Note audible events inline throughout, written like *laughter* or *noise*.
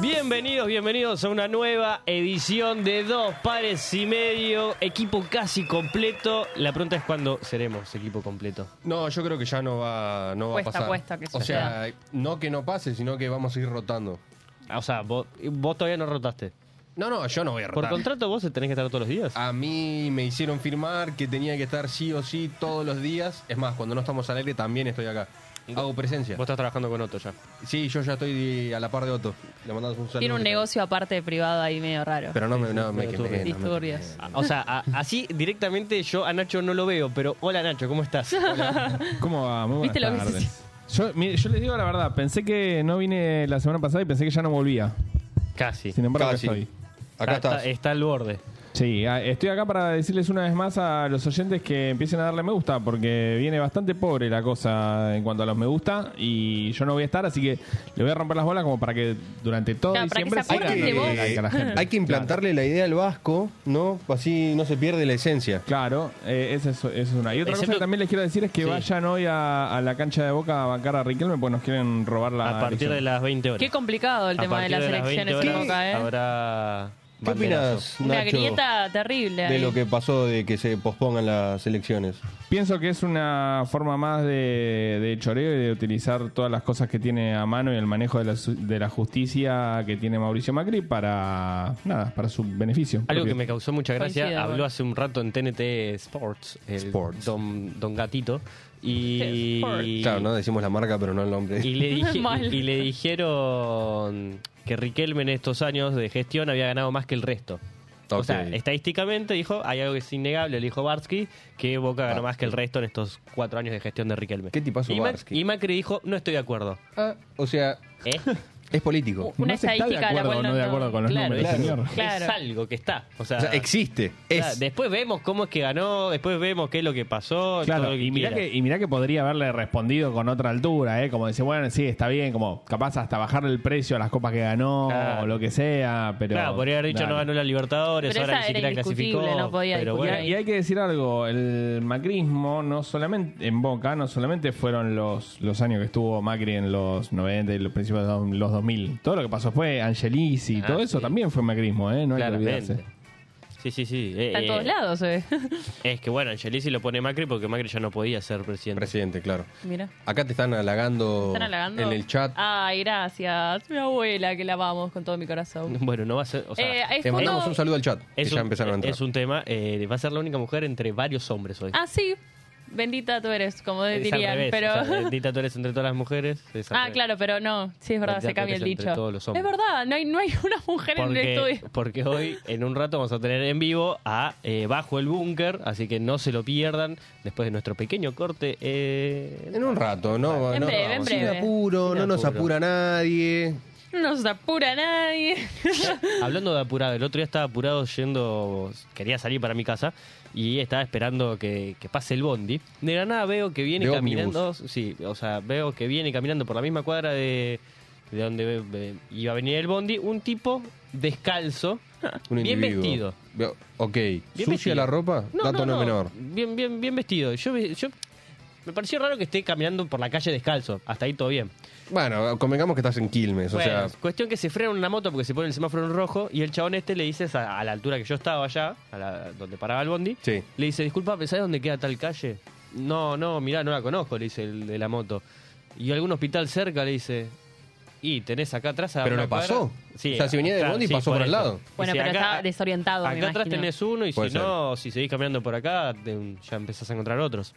Bienvenidos, bienvenidos a una nueva edición de Dos Pares y Medio, equipo casi completo. La pregunta es cuándo seremos equipo completo. No, yo creo que ya no va, no va Cuesta, a pasar. cuesta que o sea, no que no pase, sino que vamos a ir rotando. Ah, O sea, vos, vos todavía no rotaste. No, no, yo no voy a Por rotar. contrato vos tenés que estar todos los días. a mí me hicieron firmar que tenía que estar sí o sí todos los días. Es más, cuando no estamos al aire también estoy acá. Hago presencia. Vos estás trabajando con Otto ya. Sí, yo ya estoy a la par de Otto. Le mandamos un saludo. Tiene un negocio aparte de privado ahí medio raro. Pero no me... No, me, Disturbios. que me- no me- *laughs* Disturbios. Ah, O sea, a- así directamente yo a Nacho no lo veo, pero hola Nacho, *laughs* ¿cómo estás? ¿Cómo va? Muy buenas ¿Viste lo que tardes. se- Yo, mire, yo les digo la verdad, pensé que no vine la semana pasada y pensé que ya no volvía. Casi. Sin embargo, acá Casi. estoy. Acá está, estás. está al borde. Sí, a- estoy acá para decirles una vez más a los oyentes que empiecen a darle me gusta, porque viene bastante pobre la cosa en cuanto a los me gusta y yo no voy a estar, así que le voy a romper las bolas como para que durante todo Claro, para que diciembre se sigan acuerden de dándole vos. like a la gente. Hay que implantarle la idea al vasco, ¿no? Así no se pierde la esencia. Claro, eh, esa, es, esa es una. Y otra cosa Excepto- que también les quiero decir es que Sí. vayan hoy a, a la cancha de Boca a bancar a Riquelme, pues nos quieren robar la a partir elección. de las 20 *laughs* horas. Qué complicado el A tema de partir las las 20 elecciones en horas Boca, ¿eh? Habrá ¿Qué banderazo. opinas, Una Nacho, grieta eh. terrible ahí. de lo que pasó de que se pospongan las elecciones? Pienso que es una forma más de, de choreo y de utilizar todas las cosas que tiene a mano y el manejo de la, su- de la justicia que tiene Mauricio Macri para nada, para su beneficio. Algo propio. que me causó mucha gracia, Coincido, habló bueno. hace un rato en TNT Sports, el Sports. Don, don Gatito, y, Sports. Claro, no decimos la marca, pero no el nombre. *laughs* y, le dije- Mal. y le dijeron que Riquelme en estos años de gestión había ganado más que el resto. O Ok. sea, estadísticamente dijo, hay algo que es innegable, le dijo Barsky, que Boca ganó más que el resto en estos cuatro años de gestión de Riquelme. ¿Qué tipazo y, Mac- Barsky? y Macri dijo, no estoy de acuerdo. Ah, o sea, ¿Eh? *laughs* es político. Una no se está de estadística a la acuerdo cual o no no- de acuerdo con los claro, números, claro. señor. Claro. Es algo que está. O sea, O sea, existe. Claro, Es. después vemos cómo es que ganó, después vemos qué es lo que pasó. todo Claro, lo que y mirá, quiera. que, y mirá que podría haberle respondido con otra altura, ¿eh? como decir, bueno, sí, está bien, como capaz hasta bajarle el precio a las copas que ganó Claro. o lo que sea, pero... Claro, podría haber dicho Dale. no ganó la Libertadores, Pero ahora esa ni era siquiera indiscutible, clasificó. no podía pero discutir bueno, ahí. Y hay que decir algo, el macrismo no solamente en Boca, no solamente fueron los, los años que estuvo Macri en los 90 y los principios de los- los 2000, todo lo que pasó fue Angelis y Ah, todo eso sí. también fue macrismo, ¿eh? no hay que claramente. olvidarse. Sí, sí, sí. eh, Está en eh, todos lados, ¿eh? *laughs* Es que bueno, Angelisi lo pone Macri porque Macri ya no podía ser presidente. Presidente, claro. Mira. Acá te están halagando, ¿Están halagando? en el chat. Ay, gracias. Mi abuela, que la amamos con todo *laughs* mi corazón. Bueno, no va a ser. O sea, Eh, es Te mandamos fondo- un saludo al chat, que es, ya un, empezaron a entrar. es un tema. eh, va a ser la única mujer entre varios hombres hoy. Ah, sí. Bendita tú eres, como Es al dirían. revés, pero... *laughs* o sea, bendita tú eres entre todas las mujeres. es al Ah, revés. claro, pero no. Sí, es verdad, Bendita se cambia tú el eres entre dicho. todos los hombres. Es verdad, no hay, no hay una mujer en el Porque, estudio. porque hoy, en un rato, vamos a tener en vivo a eh, Bajo el Búnker, así que no se lo pierdan después de nuestro pequeño corte. eh, En un rato, ¿no? En no, breve, en sin breve. apuro, Sin no nos apuro. apura nadie. No nos apura *laughs* nadie. Hablando de apurado, el otro día estaba apurado yendo, quería salir para mi casa y estaba esperando que, que pase el bondi. De la nada veo que viene De caminando, sí, o sea, veo que viene caminando por la misma cuadra de, de donde eh, iba a venir el bondi, un tipo descalzo, *laughs* Un bien individuo. vestido. Ve- Ok. ¿Sucia vestido. la ropa? No, Dato no, no, no. menor. Bien, bien, bien vestido. Yo, yo- me pareció raro que esté caminando por la calle descalzo. Hasta ahí todo bien. Bueno, convengamos que estás en Quilmes, Bueno, o sea... cuestión que se frena una moto porque se pone el semáforo en rojo y el chabón este le dice, a, a la altura que yo estaba allá, a la- donde paraba el bondi, Sí. le dice, disculpa, ¿sabes dónde queda tal calle? No, no, mirá, no la conozco, le dice el de la moto. Y algún hospital cerca le dice, Y tenés acá atrás a. Pero una lo cuadra- pasó. O sea, si venía del bondi, pasó por al eso. lado. Bueno, Sí, pero acá- está desorientado, me Acá atrás imagino. tenés uno y Puede si no, si seguís caminando por acá, te- ya empezás a encontrar otros.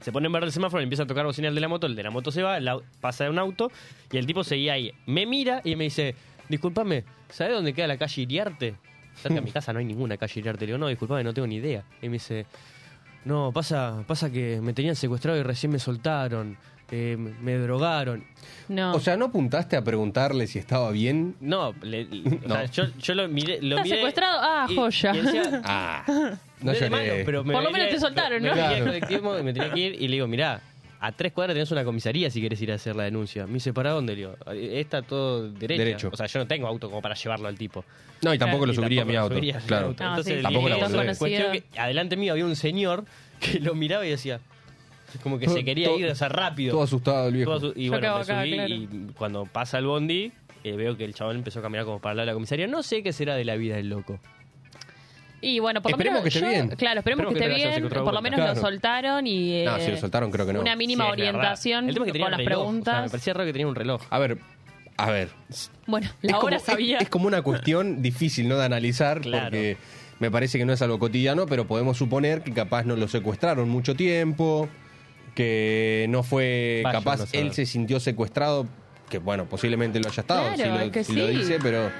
Se pone en verde el semáforo, empieza a tocar bocina el de la moto, el de la moto se va, el au- pasa de un auto y el tipo seguía ahí. Me mira y me dice, discúlpame, ¿sabés dónde queda la calle Iriarte? Cerca de *laughs* mi casa no hay ninguna calle Iriarte. Le digo, no, disculpame, no tengo ni idea. Y me dice, no, pasa, pasa que me tenían secuestrado y recién me soltaron, eh, me me drogaron. No. O sea, ¿no apuntaste a preguntarle si estaba bien? No, le- o No. sea, yo, yo lo miré. Lo ¿Estás miré secuestrado? Ah, y- joya. y *laughs* encima- Ah, no No lloré. es malo, pero me Por lo venía- menos te soltaron, me- ¿no? Me, venía Claro. el colectivo y me tenía que ir y le digo, mirá, a tres cuadras tenés una comisaría si querés ir a hacer la denuncia. Me dice, ¿para dónde? Le digo, está todo derecho. Derecho. O sea, yo no tengo auto como para llevarlo al tipo. No, y tampoco lo Y subiría a mi tampoco auto. lo subiría a mi Claro. Ah, auto. No, Entonces, sí, le Tampoco la dije, volveré. cuestión que adelante mío había un señor que lo miraba y decía, como que *laughs* se quería Todo- ir, o sea, rápido. Todo asustado el viejo. Todo su- y Yo bueno, quedo me acá, subí claro. y cuando pasa el bondi, eh, veo que el chabón empezó a caminar como para el lado de la comisaría. No sé qué será de la vida del loco. *laughs* Y bueno, por lo Esperemos menos. que esté yo- bien. Claro, esperemos, Esperemos que que te esté la hayas bien. encontrado Por lo buena. menos Claro. lo soltaron y. eh, No, si lo soltaron, creo que no. Una mínima Sí, es verdad. orientación El tema es que tenía con las un reloj, o sea, preguntas. me parecía raro que tenía un reloj. A ver, a ver. Bueno, Es la como- hora es- sabía. Es, como una *laughs* cuestión difícil, ¿no? De analizar, Claro. porque me parece que no es algo cotidiano, pero podemos suponer que capaz no lo secuestraron mucho tiempo, que no fue. Vaya capaz uno a saber. él se sintió secuestrado, que bueno, posiblemente lo haya estado, Claro, si, es lo, que si lo sí. dice, pero.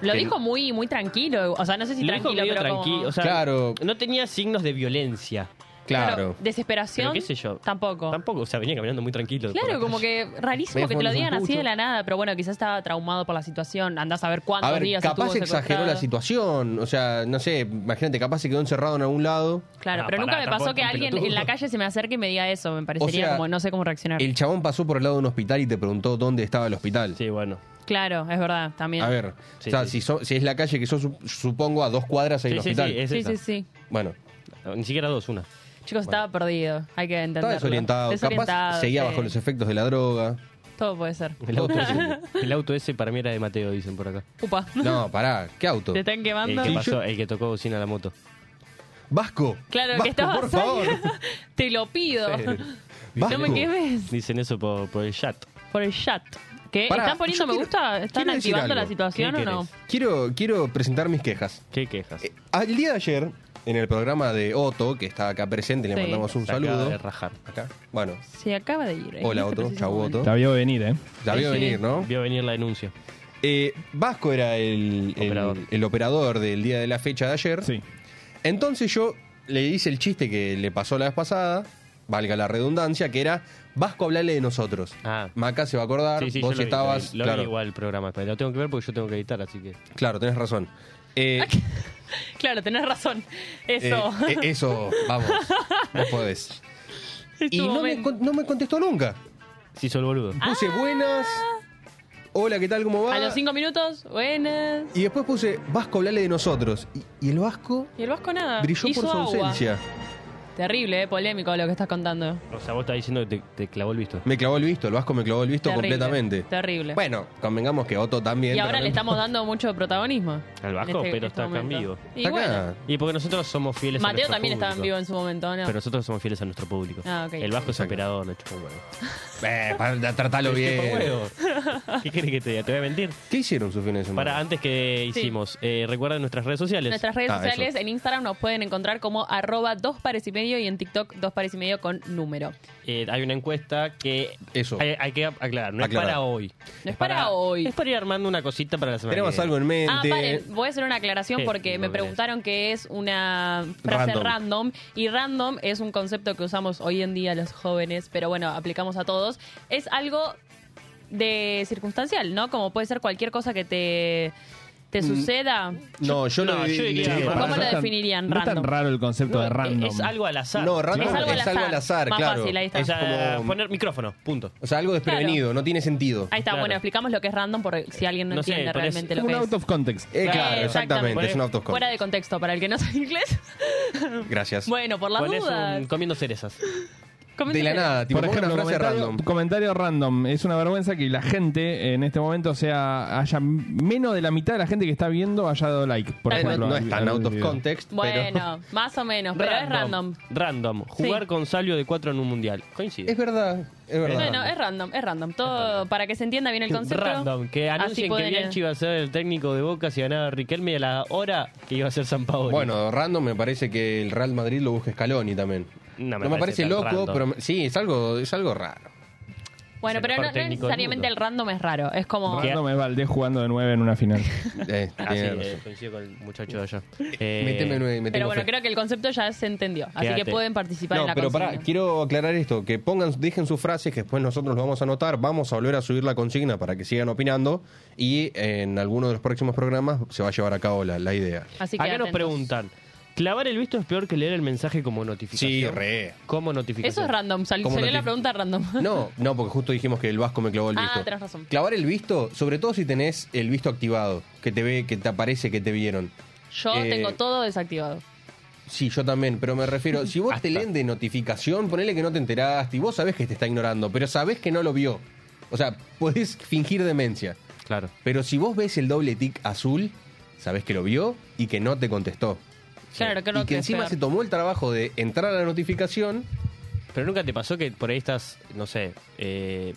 Lo que- dijo muy, muy tranquilo. O sea, no sé si Lo dijo tranquilo, medio pero como- tranqui- o sea, Claro. no tenía signos de violencia. Claro. Desesperación. Pero qué sé yo. Tampoco. Tampoco, o sea, venía caminando muy tranquilo. por la Claro, como calle. que rarísimo Medio que te lo fondo, digan un así de pucho. la nada, pero bueno, quizás estaba traumado por la situación. Andás a ver cuántos A ver, días capaz estuvo exageró la secuestrado. situación, o sea, no sé, imagínate, capaz se quedó encerrado en algún lado. Claro, Ah, pero pará, nunca me tampoco pasó que es un alguien pelotudo. en la calle se me acerque y me diga eso. Me parecería sea, eh, como no sé cómo reaccionar. El chabón pasó por el lado de un hospital y te preguntó dónde estaba el hospital. Sí, bueno. Claro, es verdad, también. A ver, Sí, o sea, sí. Si, so- si es la calle que yo su- supongo a dos cuadras hay Sí, un sí, hospital. sí, es sí, esa. sí, sí. Bueno, Ni siquiera dos, una. Chicos, estaba perdido. Hay que entenderlo. estaba desorientado, capaz seguía sí. bajo los efectos de la droga. Todo puede ser. El auto, Otro. ese, el auto ese para mí era de Mateo, dicen por acá. *laughs* Upa. No, pará, ¿qué auto? ¿Te están El quemando? que Sí, pasó, yo- el que tocó bocina a la moto. Vasco. Claro, Vasco, que estaba por favor. cerca. *laughs* Te lo pido. Vasco. *laughs* No me quemes. Dicen eso por, por el chat. Por el chat. ¿Qué? Pará, ¿Están poniendo yo me quiero- gusta? ¿Están quiero decir activando algo. la situación ¿Qué o no? querés? Quiero, quiero presentar mis quejas. ¿Qué quejas? Eh, al día de ayer, en el programa de Otto, que está acá presente, le Sí. mandamos un Se acaba saludo. de rajar. Acá. Bueno, Se acaba de ir. en Hola, este Otto. preciso Chau, momento. Otto. La vio venir, ¿eh? la veo venir, ¿no? Vio venir la denuncia. Eh, Vasco era el, el- Operador. el operador del día de la fecha de ayer. Sí. Entonces yo le hice el chiste que le pasó la vez pasada, valga la redundancia, que era Vasco hablarle de nosotros. Ah. Maca se va a acordar, Sí, sí, vos yo lo vi, estabas. Lo, vi, lo vi claro, igual el programa, pero lo tengo que ver porque yo tengo que editar, así que. claro, tenés razón. Eh, *laughs* Ah, Claro, tenés razón. eh, Eso. eh, eso, vamos. Vos *laughs* podés. Es tu Y no me, momento. con- no me contestó nunca. Sí, soy el boludo. Ah. Puse buenas. Hola, ¿qué tal? ¿Cómo va? *laughs* A los cinco minutos, buenas. Y después puse Vasco hablarle de nosotros. Y, y el Vasco Y el Vasco nada. brilló Hizo por su agua. ausencia. Terrible, eh, polémico lo que estás contando. O sea, vos estás diciendo que te, te clavó el visto. Me clavó el visto, el Vasco me clavó el visto Terrible, completamente. terrible. Bueno, convengamos que Otto también. y ahora pero- le estamos dando mucho protagonismo. Al Vasco, En pero en está acá en momento. vivo. Y Está acá. bueno, Y porque nosotros somos fieles a Mateo nuestro también estaba en público. vivo en su momento, ¿no? *laughs* Pero nosotros somos fieles a nuestro público. Ah, ok. El Vasco es Exacto. operador, no chupa un huevo. *laughs* Eh, para tratarlo bien. ¿Qué querés que te diga? ¿Te voy a mentir? ¿Qué hicieron sus fines de semana? Para, antes que Sí. hicimos, eh, recuerden nuestras redes sociales. Nuestras redes Ah, eso. sociales en Instagram nos pueden encontrar como arroba dos pares y medio y en TikTok dos pares y medio con número. Eh, hay una encuesta que Eso. hay, hay que aclarar, no Aclarar. es para hoy. No es para hoy. Es para ir armando una cosita para la semana. Tenemos que viene. algo en mente. Ah, paren, voy a hacer una aclaración Sí, porque me no, preguntaron qué es una frase Random. random. y random es un concepto que usamos hoy en día los jóvenes, pero bueno, aplicamos a todos. Es algo de circunstancial, ¿no? Como puede ser cualquier cosa que te, te Mm. suceda. No, yo No, lo yo diría- Sí, ¿Cómo pará, lo no es tan- definirían? No es tan Random. raro el concepto de No, random. Es, es algo al azar. Eh, No, random es algo al es azar. algo al azar, Más claro. fácil, ahí está. Es a- como- poner micrófono, punto. O sea, algo desprevenido, no tiene sentido. Ahí está, Claro. bueno, explicamos lo que es random por si alguien no, No sé, entiende parece- realmente lo un que out es. of context. Eh, claro, exactamente. Eh, exactamente. Es un auto Fuera de contexto, para el que no sabe *laughs* inglés. Gracias. bueno, por las Ponés dudas. un comiendo cerezas. Comenta de la que- nada, tipo, Por pongo ejemplo, una frase comentario random. random. comentario random. Es una vergüenza que la gente en este momento sea haya menos de la mitad de la gente que está viendo haya dado like. Por Tal cual. ejemplo, No al- es tan al out of video. context, pero... Bueno, más o menos, pero es random. *laughs* Random. Jugar Sí. con Salvio de 4 en un mundial. Coincide. Es verdad, es verdad. Bueno, es random, es random. Todo para que se entienda *laughs* bien el concepto. Random, que Así anuncien que pueden- Bianchi iba a ser el técnico de Boca si ganaba Riquelme y a la hora que iba a ser San Paolo. Bueno, random me parece que el Real Madrid lo busca Scaloni también. No No me me, parece parece, tan loco, random. pero me- sí, es algo, es algo raro. Bueno, Es el pero mejor no, no técnico del mundo. necesariamente el random es raro. Es como. ¿Qué? Random es Valdés jugando de 9 en una final. Eh, Ah, sí, tiene eh, razón. coincido con el muchacho de allá. Eh, Meteme nueve, meteme Pero bueno, fe. creo que el concepto ya se entendió. Así Quédate. que pueden participar No, en la pero pará, consigna. quiero aclarar esto, que pongan, dejen sus frases, que después nosotros lo vamos a anotar, vamos a volver a subir la consigna para que sigan opinando y en alguno de los próximos programas se va a llevar a cabo la, la idea. Así que Acá nos atentos. preguntan, ¿clavar el visto es peor que leer el mensaje como notificación? Sí, re. Como notificación. Eso es random. sal- ¿Cómo salió notific- la pregunta random. *laughs* No, no, porque justo dijimos que el Vasco me clavó el Ah, visto. tenés razón. Clavar el visto, sobre todo si tenés el visto activado, que te ve, que te aparece, que te vieron. Yo Eh, tengo todo desactivado. Sí, yo también, pero me refiero, si vos Hasta. te leen de notificación, ponele que no te enteraste y vos sabés que te está ignorando, pero sabés que no lo vio. O sea, podés fingir demencia. Claro. Pero si vos ves el doble tic azul, sabés que lo vio y que no te contestó. Claro, creo y que que es encima peor. se tomó el trabajo de entrar a la notificación. Pero nunca te pasó que por ahí estás, no sé, eh,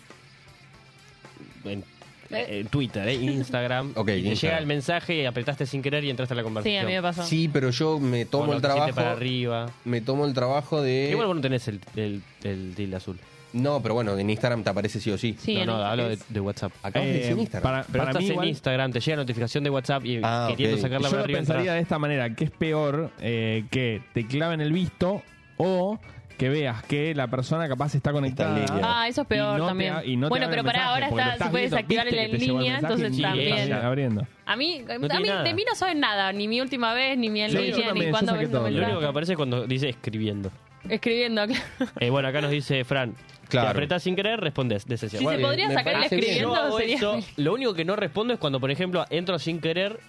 en, Eh. en Twitter, eh, Instagram, *laughs* Ok, y te Instagram. llega el mensaje y apretaste sin querer y entraste a la Sí, a conversación. mí me pasó. Sí, pero yo me Con tomo lo el que hiciste trabajo. para arriba. Me tomo el trabajo de. Igual vos no tenés el, el, el tilde azul. No, pero bueno, en Instagram te aparece sí o sí. Sí, no, en no, Instagram. hablo de, de WhatsApp. Acá Eh, en Instagram. para, Pero para estás mí en igual- Instagram, te llega notificación de WhatsApp y Ah, queriendo ok. sacarla Yo para lo arriba. pensaría entrás. de esta manera, que es peor eh, que te claven el visto o que veas que la persona capaz está conectada. en línea. Ah, eso es peor y no te también. ha- y no te bueno, abre pero el pará, mensaje, ahora porque lo está, se estás puede viendo, desactivar viste el que en te llegó el línea, mensaje entonces y lo también. estás abriendo. A mí, a tiene mí nada. de mí no saben nada, ni mi última vez, ni mi en Sí, yo línea, también, ni yo cuándo saqué me todo. Lo Claro. único que aparece es cuando *laughs* dice escribiendo. Escribiendo, *laughs* claro. Eh, bueno, acá nos dice Fran. Claro. Te apretás sin querer, respondés. de Si esencia. se Bueno, podría me sacar el parece bien. yo escribiendo, hago sería. eso. Lo único que no respondo es cuando, por ejemplo, entro sin querer,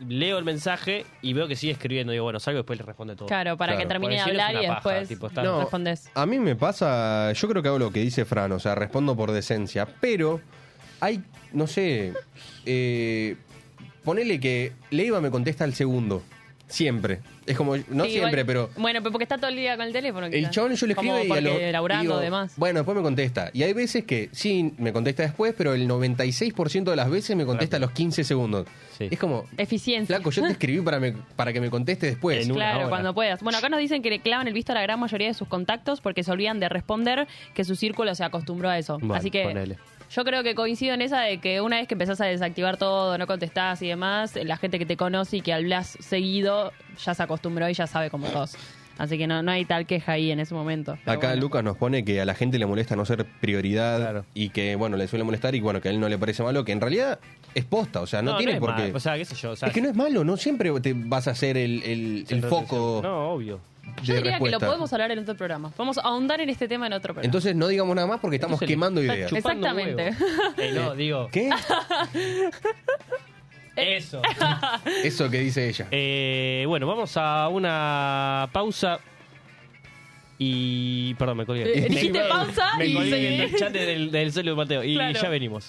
leo el mensaje y veo que sigue escribiendo. Digo, bueno, salgo y después le responde todo. Claro, para que Claro. termine de Porque si no es hablar y una paja, después tipo, está- No. respondes. A mí me pasa, yo creo que hago lo que dice Fran, o sea, respondo por decencia, pero hay, no sé, eh, ponele que Leiva me contesta al segundo, siempre. Es como, no Sí, siempre, igual- pero Bueno, pero porque está todo el día con el teléfono. el quizás. chabón yo le Como escribo y a porque lo- laburando digo, demás. Bueno, después me contesta. Y hay veces que sí, me contesta después, pero el 96% de las veces me contesta a los 15 segundos. Sí. Es como, Eficiencia. flaco, yo te escribí para, me- para que me conteste después. En un- una Claro, hora. cuando puedas. Bueno, acá nos dicen que le clavan el visto a la gran mayoría de sus contactos porque se olvidan de responder que su círculo se acostumbró a eso. Bueno, Así que ponele. yo creo que coincido en esa de que una vez que empezás a desactivar todo, no contestás y demás, la gente que te conoce y que hablas seguido ya se acostumbró y ya sabe cómo sos. Así que no, no hay tal queja ahí en ese momento. Pero Acá bueno. Lucas nos pone que a la gente le molesta no ser prioridad Claro. y que, bueno, le suele molestar y, bueno, que a él no le parece malo, que en realidad es posta, o sea, no, tiene es pues, por mal, qué. O sea, qué sé yo. o sea, es que no es malo, no siempre te vas a hacer el, el- el centro de foco atención. No, obvio. de Yo diría que lo respuesta. podemos hablar en otro programa. Vamos a ahondar en este tema en otro programa. Entonces no digamos nada más porque estamos Entonces, quemando está ideas. chupando un huevo. Exactamente. Eh, no, digo. *laughs* ¿Qué? Eso. Eso que dice ella. Eh, bueno, vamos a una pausa. Y. Perdón, me colgué. Eh, Me- dijiste me- pausa Me y colgué en seguí. el chat del, del celu de Mateo. Y Claro. ya venimos.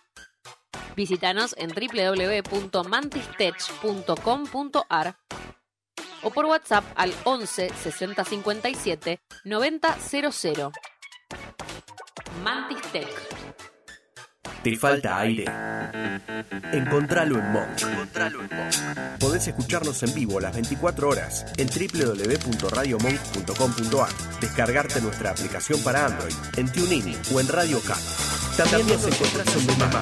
Visítanos en www.mantistech.com.ar o por WhatsApp al 11 60 57 90 00. Mantis Tech. Te falta aire. Encontralo en Monk. Podés escucharnos en vivo las 24 horas en www.radiomonk.com.ar. Descargarte nuestra aplicación para Android en TuneIn o en Radio K. También nos encontrás en Mamá,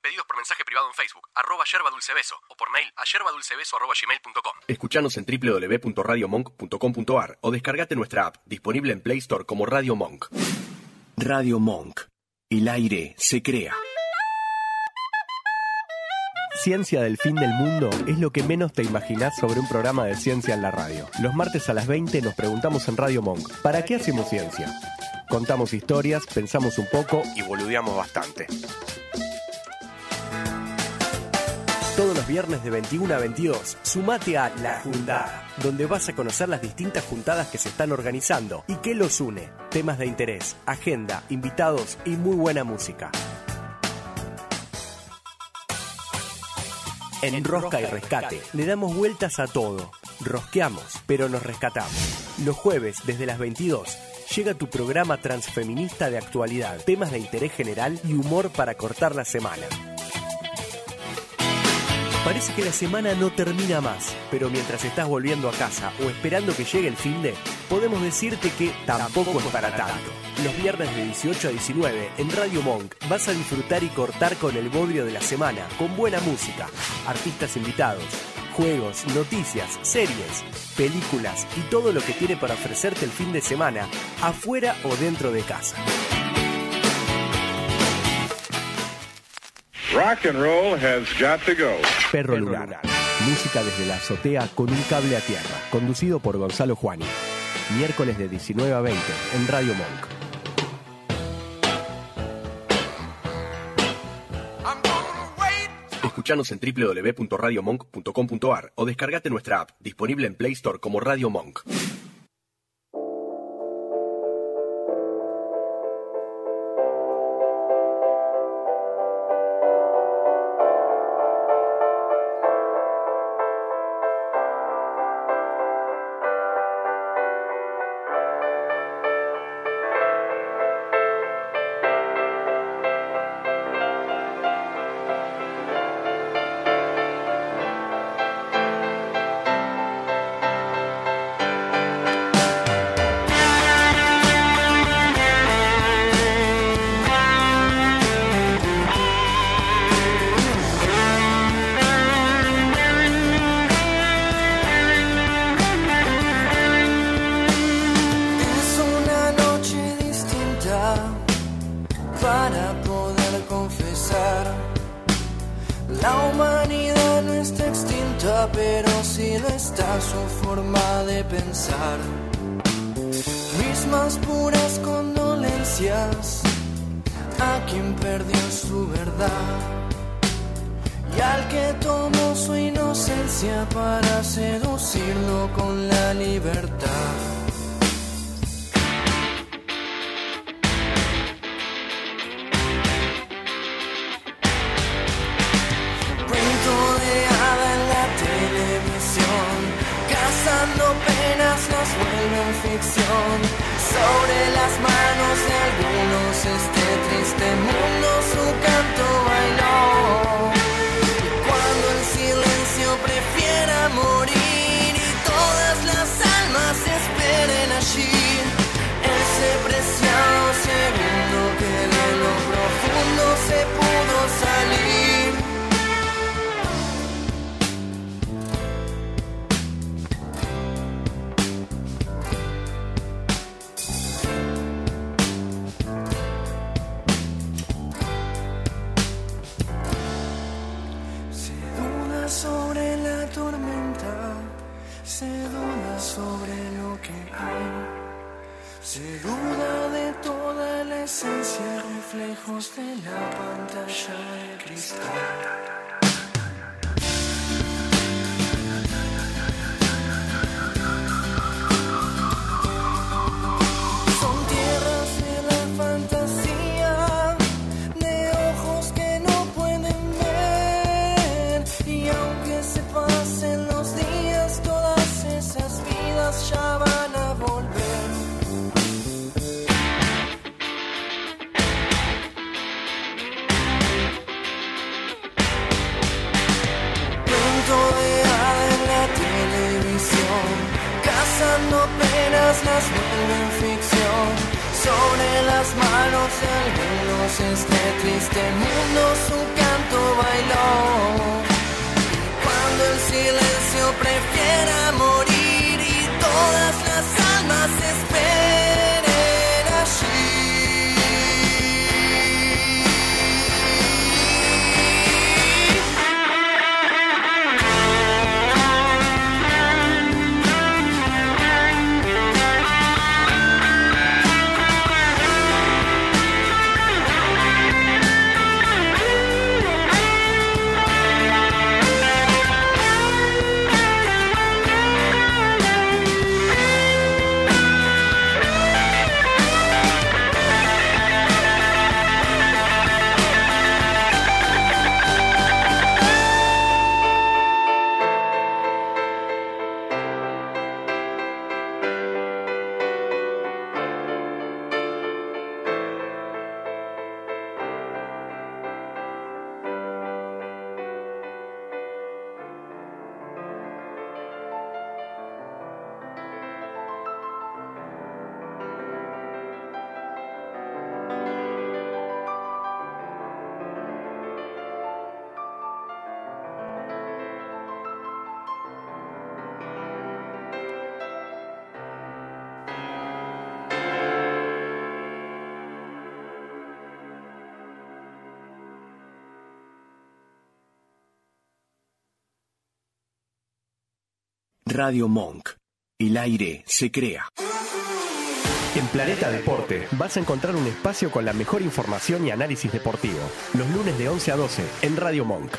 Pedidos por mensaje privado en Facebook, arroba yerba dulcebeso o por mail a yerbadulcebeso arroba gmail.com. Escuchanos en www.radiomonk.com.ar o descargate nuestra app, disponible en Play Store como Radio Monk. Radio Monk. El aire se crea. Ciencia del fin del mundo es lo que menos te imaginás sobre un programa de ciencia en la radio. Los martes a las 20 nos preguntamos en Radio Monk, ¿para qué hacemos ciencia? Contamos historias, pensamos un poco y boludeamos bastante. Todos los viernes de 21 a 22, sumate a La Juntada, donde vas a conocer las distintas juntadas que se están organizando y qué los une, temas de interés, agenda, invitados y muy buena música. En Rosca y Rescate le damos vueltas a todo. Rosqueamos, pero nos rescatamos. Los jueves, desde las 22, llega tu programa transfeminista de actualidad, temas de interés general y humor para cortar la semana. Parece que la semana no termina más, pero mientras estás volviendo a casa o esperando que llegue el fin de, podemos decirte que tampoco es para tanto. Los viernes de 18 a 19 en Radio Monk vas a disfrutar y cortar con el bodrio de la semana, con buena música, artistas invitados, juegos, noticias, series, películas y todo lo que tiene para ofrecerte el fin de semana, afuera o dentro de casa. Rock and roll has got to go. Perro, Lunar. Música desde la azotea con un cable a tierra. Conducido por Gonzalo Juani. Miércoles de 19 a 20 en Radio Monk. Escuchanos en www.radiomonk.com.ar o descargate nuestra app, disponible en Play Store como Radio Monk. Es una noche distinta para poder confesar. La humanidad no está extinta, pero sí lo está su forma de pensar. Mis más puras condolencias a quien perdió su verdad y al que tomó su inocencia para seducirlo con la libertad. cuento de hada en la televisión. Cazando penas las vuelven ficción. Sobre las manos de algunos este triste mundo su canto bailó. Y cuando el silencio prefiera morir y todas las almas esperen allí. Ese preciado segundo que de lo profundo se pudo salir. Se duda sobre la tormenta, se duda sobre lo que hay. Se duda de toda la esencia, reflejos de la pantalla de cristal. Son tierras de la fantasía, de ojos que no pueden ver. Y aunque se pasen los días, todas esas vidas ya van a volver. historias vuelven ficción. Sobre las manos de algunos este triste mundo su canto bailó. Cuando el silencio prefiera morir y todas las almas esperen allí. Radio Monk. El aire se crea. En Planeta Deporte vas a encontrar un espacio con la mejor información y análisis deportivo. Los lunes de 11 a 12 en Radio Monk.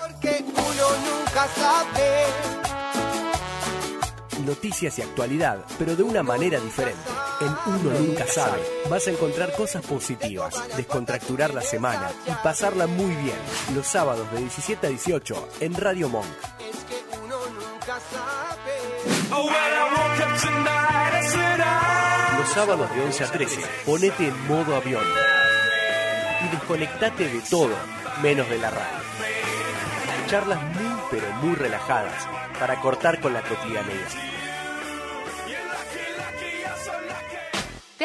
Porque uno nunca sabe. Noticias y actualidad, pero de una manera diferente. En Uno Nunca Sabe vas a encontrar cosas positivas, descontracturar la semana y pasarla muy bien. Los sábados de 17 a 18 en Radio Monk. Es que uno nunca sabe. Los sábados de 11 a 13, ponete en modo avión y desconectate de todo, menos de la radio. Charlas muy pero muy relajadas para cortar con la cotidianidad. ¿Te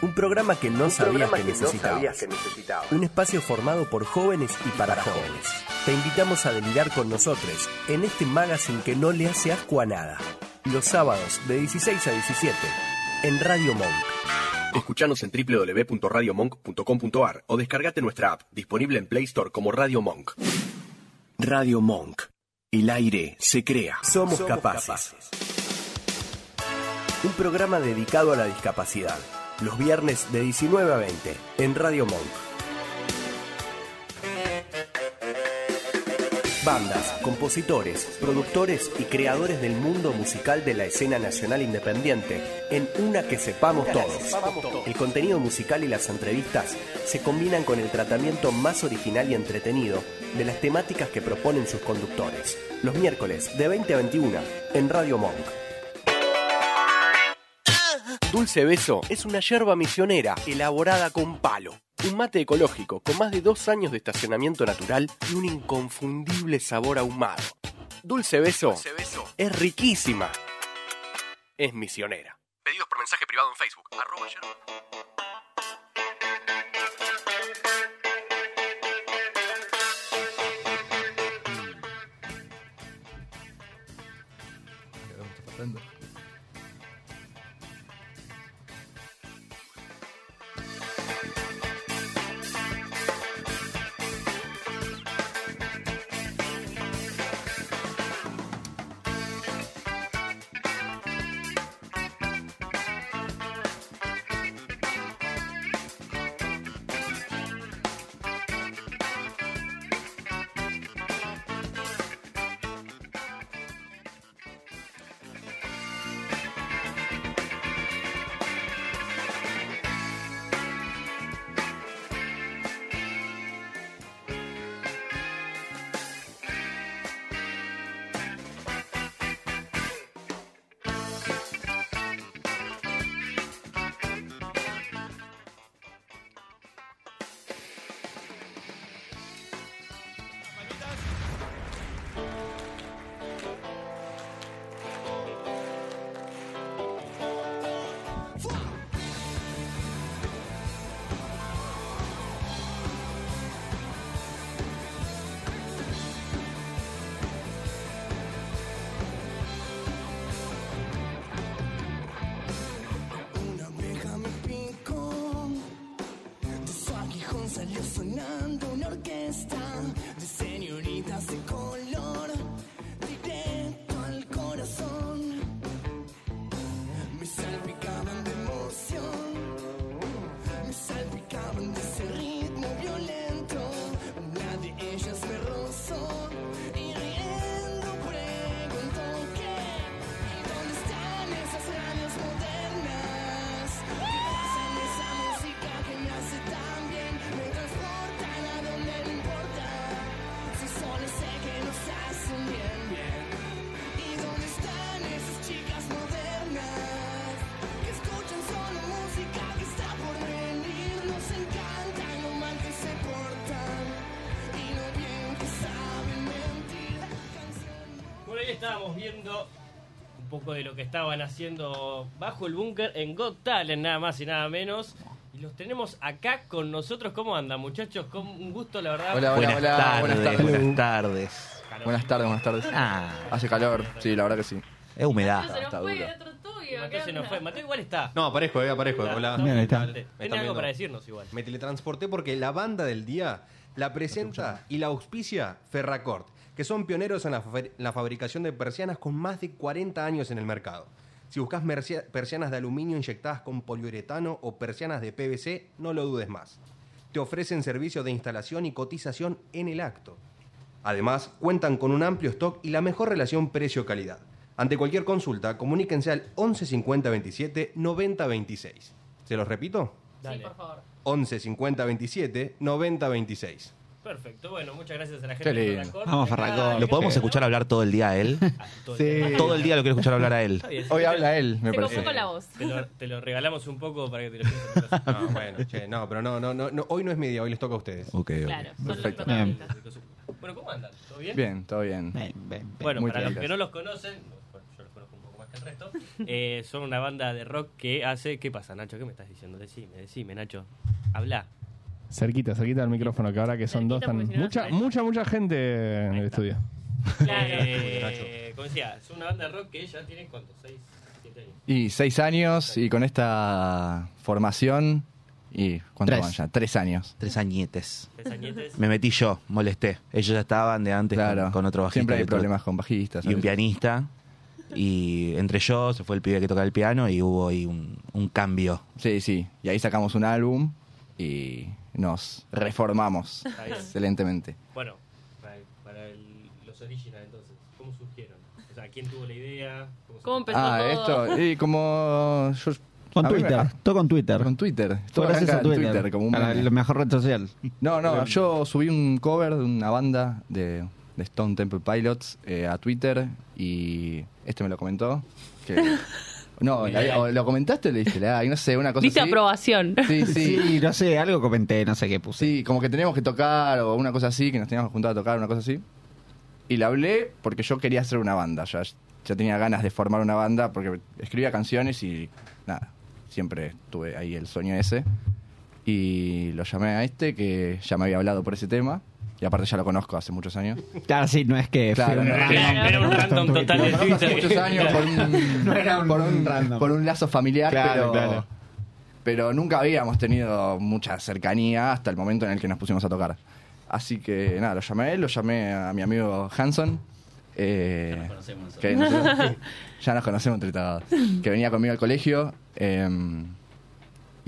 Un programa que no, sabías, que necesitabas. Un espacio formado por jóvenes y para jóvenes. Te invitamos a delirar con nosotros en este magazine que no le hace asco a nada. Los sábados de 16 a 17 en Radio Monk. Escuchanos en www.radiomonk.com.ar o descargate nuestra app disponible en Play Store como Radio Monk. Radio Monk. El aire se crea. Somos, capaces. Un programa dedicado a la discapacidad. Los viernes de 19 a 20 en Radio Monk. Bandas, compositores, productores y creadores del mundo musical de la escena nacional independiente, en una que sepamos todos. El contenido musical y las entrevistas se combinan con el tratamiento más original y entretenido de las temáticas que proponen sus conductores. Los miércoles de 20 a 21 en Radio Monk. Dulce Beso es una yerba misionera elaborada con palo. Un mate ecológico con más de dos años de estacionamiento natural y un inconfundible sabor ahumado. Dulce Beso, es riquísima. Es misionera. Pedidos por mensaje privado en Facebook. salió sonando una orquesta de señoritas de color, directo al corazón. Me salpicaban de emoción, me salpicaban de ese ritmo violento. Una de ellas me rozó. y riendo preguntó que, ¿dónde están esas radios modernas? ¿Qué pasa en esa música que me hace tan bien? Me transportan a donde no importa, si solo sé que nos hacen bien, bien. ¿Y dónde están esas chicas modernas? Que escuchan solo música que está por venir. Nos encanta lo mal que se portan y lo bien que saben mentir. Bueno, ahí estábamos viendo un poco de lo que estaban haciendo bajo el búnker en Got Talent, nada más y nada menos. Y los tenemos acá con nosotros. ¿Cómo andan, muchachos? Con un gusto, la verdad. Hola, hola, Buenas, hola, tardes, buenas tardes. buenas tardes. Calor. Buenas tardes, buenas tardes. Ah, Hace calor, sí, la verdad que sí. es humedad. se nos Ah, está fue duro. el otro tuyo. Mateo se nos fue. Mateo igual está. No, aparezco, eh, aparezco. Hola. Está- Bien, ahí está. Tiene Me están algo viendo. para decirnos igual. Me teletransporté porque la banda del día la presenta y la auspicia Ferracort, que son pioneros en la, fa- la fabricación de persianas con más de 40 años en el mercado. Si buscas mercia- persianas de aluminio inyectadas con poliuretano o persianas de PVC, no lo dudes más. Te ofrecen servicios de instalación y cotización en el acto. Además, cuentan con un amplio stock y la mejor relación precio-calidad. Ante cualquier consulta, comuníquense al 11 50 27 90 26. ¿Se los repito? Dale. Sí, por favor. 11 50 27 90 *laughs* 26. Perfecto, bueno, muchas gracias a la Qué gente de lindo. Ferracor. Vamos, Acá, Farragón. ¿Lo podemos gente, escuchar hablar todo el día a *laughs* él? ¿no? Ah, todo Sí. el- Todo el día lo quiero escuchar hablar a él. Está bien, Hoy te- habla él, me Se parece. confundió con la voz. Te lo, te lo regalamos un poco para que te lo pienses *laughs* en casa. Ah, No, bueno, che, no, pero no, no, no, no, hoy no es media, hoy les toca a ustedes. Ok, ok. Claro, son los Perfecto. protagonistas. Bueno, ¿cómo andan? ¿Todo bien? Bien, todo bien. Bueno, Muy para los tranquilos. que no los conocen, bueno, yo los conozco un poco más que el resto, eh, son *laughs* una banda de rock que hace... ¿Qué pasa, Nacho? ¿Qué me estás diciendo? Decime, decime, Nacho. Habla. Cerquita, cerquita del micrófono, que ahora que son dos Cerquita, tan. porque si no, Mucha, ahí está. mucha, mucha gente en el estudio. Eh, como decía, es una banda de rock que ya tiene, ¿cuánto? ¿Seis? ¿Siete años? Y seis años y con esta formación y ¿cuánto Tres. van ya? Tres años. Tres añetes. Tres añetes. Me metí yo, molesté. Ellos ya estaban de antes con- Claro. con, otro bajista. y Siempre hay otro- problemas con bajistas. Y un ¿sabes? pianista. Y entre yo se fue el pibe que tocaba el piano y hubo ahí un, un cambio. Sí, sí. Y ahí sacamos un álbum y nos reformamos Está bien. excelentemente. Bueno, para, para el- los original entonces, ¿cómo surgieron? O sea, ¿quién tuvo la idea? ¿Cómo se- ¿Cómo empezó Ah, todo? esto. Y como yo- Con a mí me- Twitter, todo con Twitter. Con Twitter. Esto Todo gracias arranca a en Twitter. como un a meme. la mejor red social. No, no, yo subí un cover de una banda de, de Stone Temple Pilots eh, a Twitter y este me lo comentó. *laughs* que- no, la- o lo comentaste o le diste, la- no sé, una cosa Dice así. aprobación. Sí, Sí. sí. *laughs* no sé, algo comenté, no sé qué puse. Sí, como que teníamos que tocar o una cosa así, que nos teníamos juntado a tocar, una cosa así. Y la hablé porque yo quería hacer una banda, ya, ya tenía ganas de formar una banda porque escribía canciones y nada, siempre tuve ahí el sueño ese. Y lo llamé a este que ya me había hablado por ese tema y aparte ya lo conozco hace muchos años. Claro, sí, no es que. Claro, fue un no, random. Era era un random total de Lo conozco hace *laughs* muchos Twitter. años por un, No era un por un- random. por un lazo familiar, Claro, pero, claro. pero nunca habíamos tenido mucha cercanía hasta el momento en el que nos pusimos a tocar. Así que nada, lo llamé a él, lo llamé a mi amigo Hanson. eh, que nos- ya nos conocemos entre todos. Que venía conmigo al colegio. eh,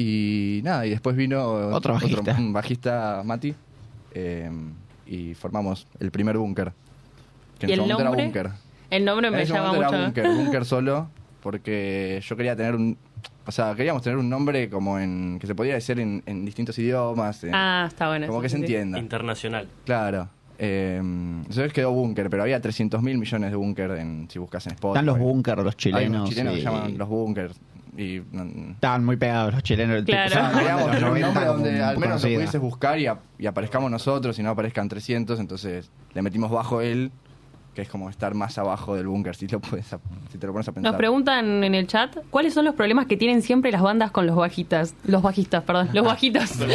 y nada, y después vino Otro bajista. un *laughs* bajista, Mati. eh, y formamos el primer búnker. Que ¿Y en el su momento nombre? era búnker. El nombre En me ese llama momento era mucho. Bunker, Bunker solo, porque yo quería tener un... O sea, queríamos tener un nombre como en... que se podía decir en, en distintos idiomas, en- Ah, está bueno. como sí, que sí, se sí. entienda. Internacional. Claro. Eh, entonces quedó Bunker, pero había 300 mil millones de Bunker en, si buscas en Spotify. Están los búnkeres, los Hay chilenos. unos chilenos que y- llaman los Bunkers. Y... mm, Estaban muy pegados los chilenos. del Claro. tipo, Ah, queríamos de los tener un 90 nombre como donde un al poco menos lo conocida. pudieses buscar y, ap- y aparezcamos nosotros y no aparezcan 300, entonces le metimos bajo él, que es como estar más abajo del búnker, si, lo puedes ap- si te lo pones a *laughs* pensar. Nos preguntan en el chat cuáles son los problemas que tienen siempre las bandas con los bajistas. Los bajistas, perdón. Los bajitas. *laughs* los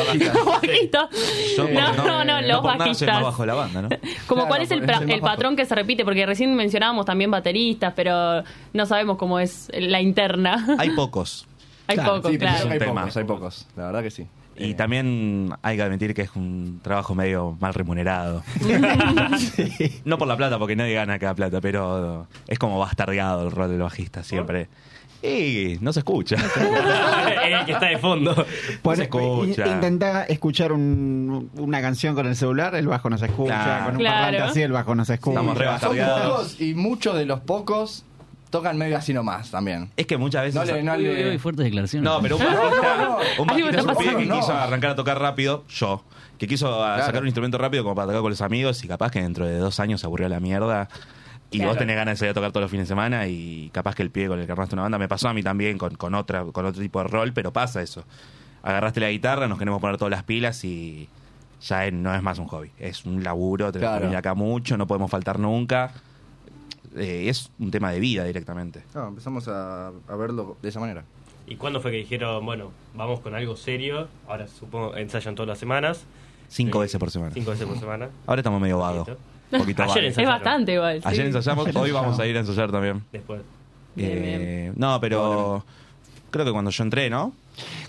bajistas. Yo, no, porque no, no, los por nada soy más bajistas. bajo de la banda, *laughs* ¿no? Como Claro, cuál es el, porque pra- es el el más bajo. patrón que se repite, porque recién mencionábamos también bateristas, pero no sabemos cómo es la interna. Hay pocos. Hay Claro, poco, Sí, pero claro. hay Eh. tema. pocos, hay pocos, la verdad que sí. Y también hay que admitir que es un trabajo medio mal remunerado. No por la plata, porque nadie gana cada plata, pero es como bastardeado el rol del bajista siempre. Y no se escucha. *laughs* el que está de fondo. No se pues, In- escucha. Intentá escuchar un- una canción con el celular, el bajo no se escucha. Claro. Con un Claro. parlante así, el bajo no se escucha. Estamos re Son bastardeados. pocos y muchos de los pocos tocan medio así nomás también. Es que muchas veces. No le- no Uy, le- uy, uy, fuertes declaraciones. No, pero un No, no, bajista, no. un, bajista Algo está es un pibe que pasando. quiso No. arrancar a tocar rápido, yo, que quiso a, Claro. sacar un instrumento rápido como para tocar con los amigos y capaz que dentro de dos años se aburrió la mierda. Y Claro. vos tenés ganas de salir a tocar todos los fines de semana y capaz que el pibe con el que armaste una banda me pasó a mí también con, con otra, con otro tipo de rol, pero pasa eso. Agarraste la guitarra, nos queremos poner todas las pilas y ya es- no es más un hobby. Es un laburo, tenemos Claro. que venir acá mucho, no podemos faltar nunca. Eh, es un tema de vida directamente. No, empezamos a, a verlo de esa manera. ¿Y cuándo fue que dijeron, bueno, vamos con algo serio? Ahora supongo ensayan todas las semanas. Cinco veces por semana. Cinco veces por semana. Ahora estamos medio vagos. Un poquito Ayer vagos. Es bastante igual. sí. Ayer ensayamos, hoy vamos a ir a ensayar también. Después. Eh, No, pero creo que cuando yo entré, ¿no?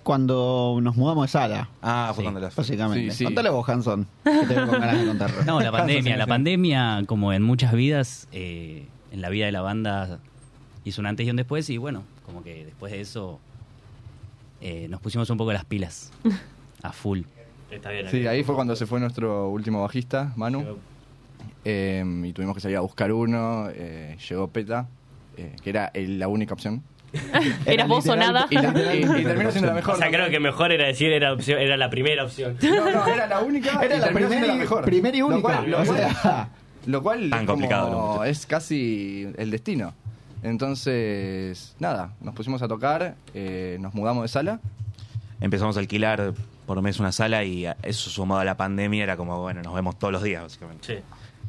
Cuando nos mudamos de sala. Ah, fue Sí, cuando la- Básicamente. Sí, sí. Contale vos, Hanson. que te veo con ganas de contarlo. *laughs* No, la Hanson, pandemia. sí, La sí. pandemia, como en muchas vidas, eh, en la vida de la banda hizo un antes y un después. Y bueno, como que después de eso eh, nos pusimos un poco *laughs* las pilas a full. Está bien. Sí, ahí fue cuando se fue nuestro último bajista, Manu. Eh, y tuvimos que salir a buscar uno. eh, llegó Peta, eh, que era el- la única opción. *laughs* Eras vos o literal- nada. Y, la- y- y terminó *laughs* siendo la mejor. O sea, creo que mejor era decir era, opción, era la primera opción. No, no, era la única. Era y la terminó siendo primera y- mejor. primera y Lo única. cual- lo O cual- sea, Lo cual Tan es como- complicado, ¿no? es casi el destino. Entonces, nada, nos pusimos a tocar, eh, nos mudamos de sala. Empezamos a alquilar por mes una sala y eso sumado a la pandemia era como, bueno, nos vemos todos los días, básicamente.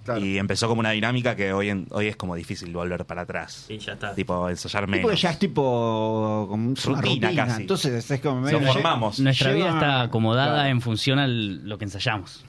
Sí. Y empezó como una dinámica que hoy en- hoy es como difícil volver para atrás. Y ya está. Tipo, ensayar Y porque menos. ya es tipo. Como es una Rutina rutina, casi. Entonces es como. medio- Lo formamos. Nuestra vida Lleva- está acomodada Claro. en función a lo que ensayamos.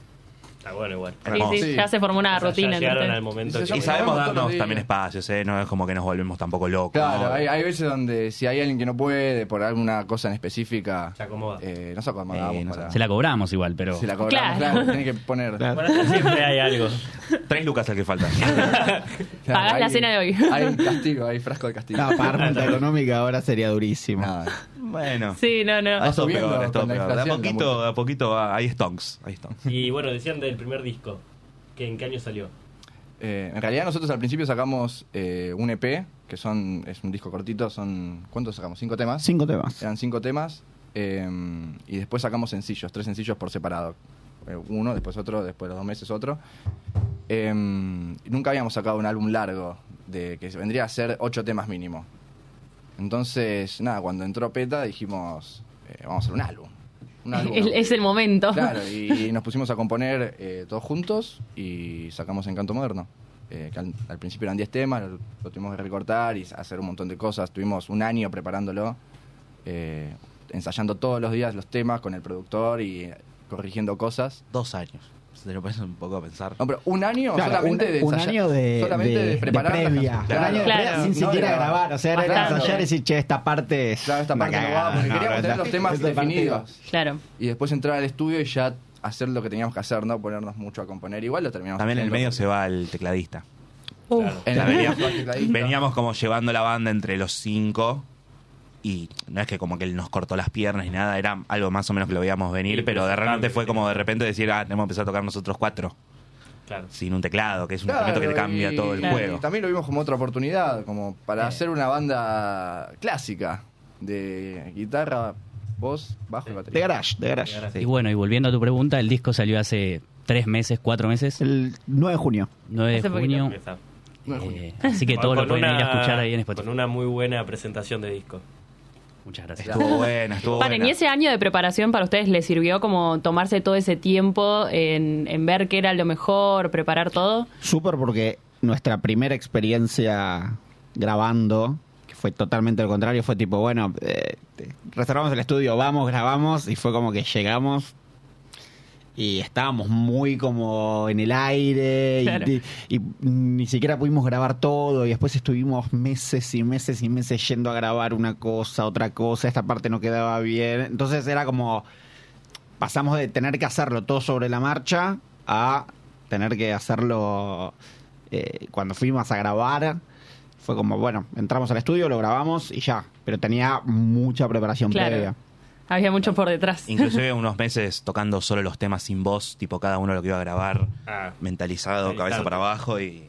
Está Ah, bueno igual. *laughs* Sí, sí, Sí. ya se formó una O sea, ya rutina. llegaron entonces. al momento. Sí, que- sí, Y sí. sabemos Todos los darnos días. también espacios, ¿eh? No es como que nos volvemos tampoco locos. Claro, ¿no? hay, hay veces donde si hay alguien que no puede por alguna cosa en específica, Se acomoda. eh, nos acomodamos. Eh, no para- Se la cobramos igual, pero. Si la cobramos, Claro. claro. tiene que poner. Bueno, acá siempre hay algo. *laughs* Tres lucas al que falta. Claro, Pagás la hay- cena de hoy. Hay un castigo, hay frasco de castigo. La parmenta económica ahora sería durísimo. Nada. bueno. Ah, Sí, no, no. Es todo subiendo peor, es todo con la peor. De a inflación, la poquito, de a poquito va- hay stonks. Hay stonks. Y bueno, decían del primer disco. que ¿En qué año salió? Eh, en realidad nosotros al principio sacamos eh, un EP, que son es un disco cortito, son... ¿Cuántos sacamos? ¿Cinco temas? Cinco temas. Eran cinco temas. eh, y después sacamos sencillos, tres sencillos por separado. Eh, Uno, después otro, después de dos meses otro. Eh, nunca habíamos sacado un álbum largo, de que vendría a ser ocho temas mínimo. Entonces, nada, cuando entró PETA dijimos, eh, vamos a hacer un álbum. *laughs* Un álbum. El- es el momento. Claro, y nos pusimos a componer eh, todos juntos y sacamos Encanto Moderno. Eh, que al, al principio eran 10 temas, lo, lo tuvimos que recortar y hacer un montón de cosas. Tuvimos un año preparándolo, eh, ensayando todos los días los temas con el productor y eh, corrigiendo cosas. Dos años. Se te lo pones un poco a pensar. No, pero un año Claro, solamente un, de un ensayar- año de, solamente de- de, de preparar las previa. *laughs* canciones. Un año de Claro. previa sin No, siquiera de grabar. grabar. O sea, era Bastante. ensayar y decir, che, esta parte es. Claro, esta una parte no cagada, va, porque no, queríamos esta- tener los temas esta parte definidos. Claro. Y después entrar al estudio y ya hacer lo que teníamos que hacer, no ponernos mucho a componer. Igual lo terminamos También en el haciendo. medio se va el tecladista. Claro. En La el medio. veníamos, veníamos como llevando la banda entre los cinco. Y no es que como que él nos cortó las piernas ni nada, era algo más o menos que lo veíamos venir, Sí, pero de pues, repente cambio, fue sí. como de repente decir, ah, tenemos que empezar a tocar nosotros cuatro, Claro. sin un teclado, que es un Claro, instrumento que te cambia y- todo el y juego. También lo vimos como otra oportunidad, como para hacer una banda clásica de guitarra, voz, bajo y De batería. garage, de garage. Y bueno, y volviendo a tu pregunta, el disco salió hace tres meses, cuatro meses, El 9 de junio. 9 de Hace poquito. junio. Está. eh, así que todo lo pueden ir a escuchar ahí en Spotify. Con una muy buena presentación de disco. Muchas gracias. Estuvo buena, estuvo Paren, buena. ¿y ese año de preparación para ustedes les sirvió como tomarse todo ese tiempo en, en ver qué era lo mejor, preparar todo? Súper porque nuestra primera experiencia grabando, que fue totalmente lo contrario, fue tipo, bueno, eh, te- reservamos el estudio, vamos, grabamos, y fue como que llegamos y estábamos muy como en el aire y- Claro. y, y ni siquiera pudimos grabar todo y después estuvimos meses y meses y meses yendo a grabar una cosa, otra cosa, esta parte no quedaba bien, entonces era como pasamos de tener que hacerlo todo sobre la marcha a tener que hacerlo eh, cuando fuimos a grabar. Fue como, bueno, entramos al estudio, lo grabamos y ya. Pero tenía mucha preparación Claro. previa. Había mucho por detrás. *laughs* Inclusive unos meses tocando solo los temas sin voz, tipo cada uno lo que iba a grabar, Ah. mentalizado, cabeza para abajo y...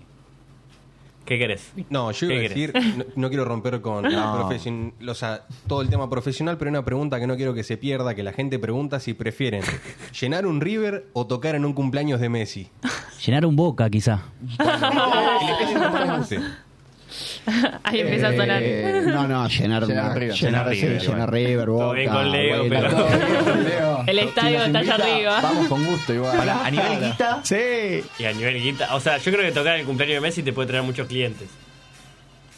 ¿Qué querés? No, yo ¿Qué iba a querés? decir, no, no quiero romper con la No. profesion- o sea, todo el tema profesional, pero hay una pregunta que no quiero que se pierda, que la gente pregunta si prefieren llenar un River o tocar en un cumpleaños de Messi. Llenar un boca, quizá. Ahí empieza a sonar. Eh, *laughs* no, no, Llenar llenar, una- River. Llenar, Llenar sí, River, llenar bueno. River, Todo bien Boca, con Leo, Boca, pero- todo bien. El Si estadio nos está allá invita, arriba. Vamos con gusto igual. Pará, ¿a nivel guita? Sí. Y a nivel guita. O sea, yo creo que tocar el cumpleaños de Messi te puede traer muchos clientes.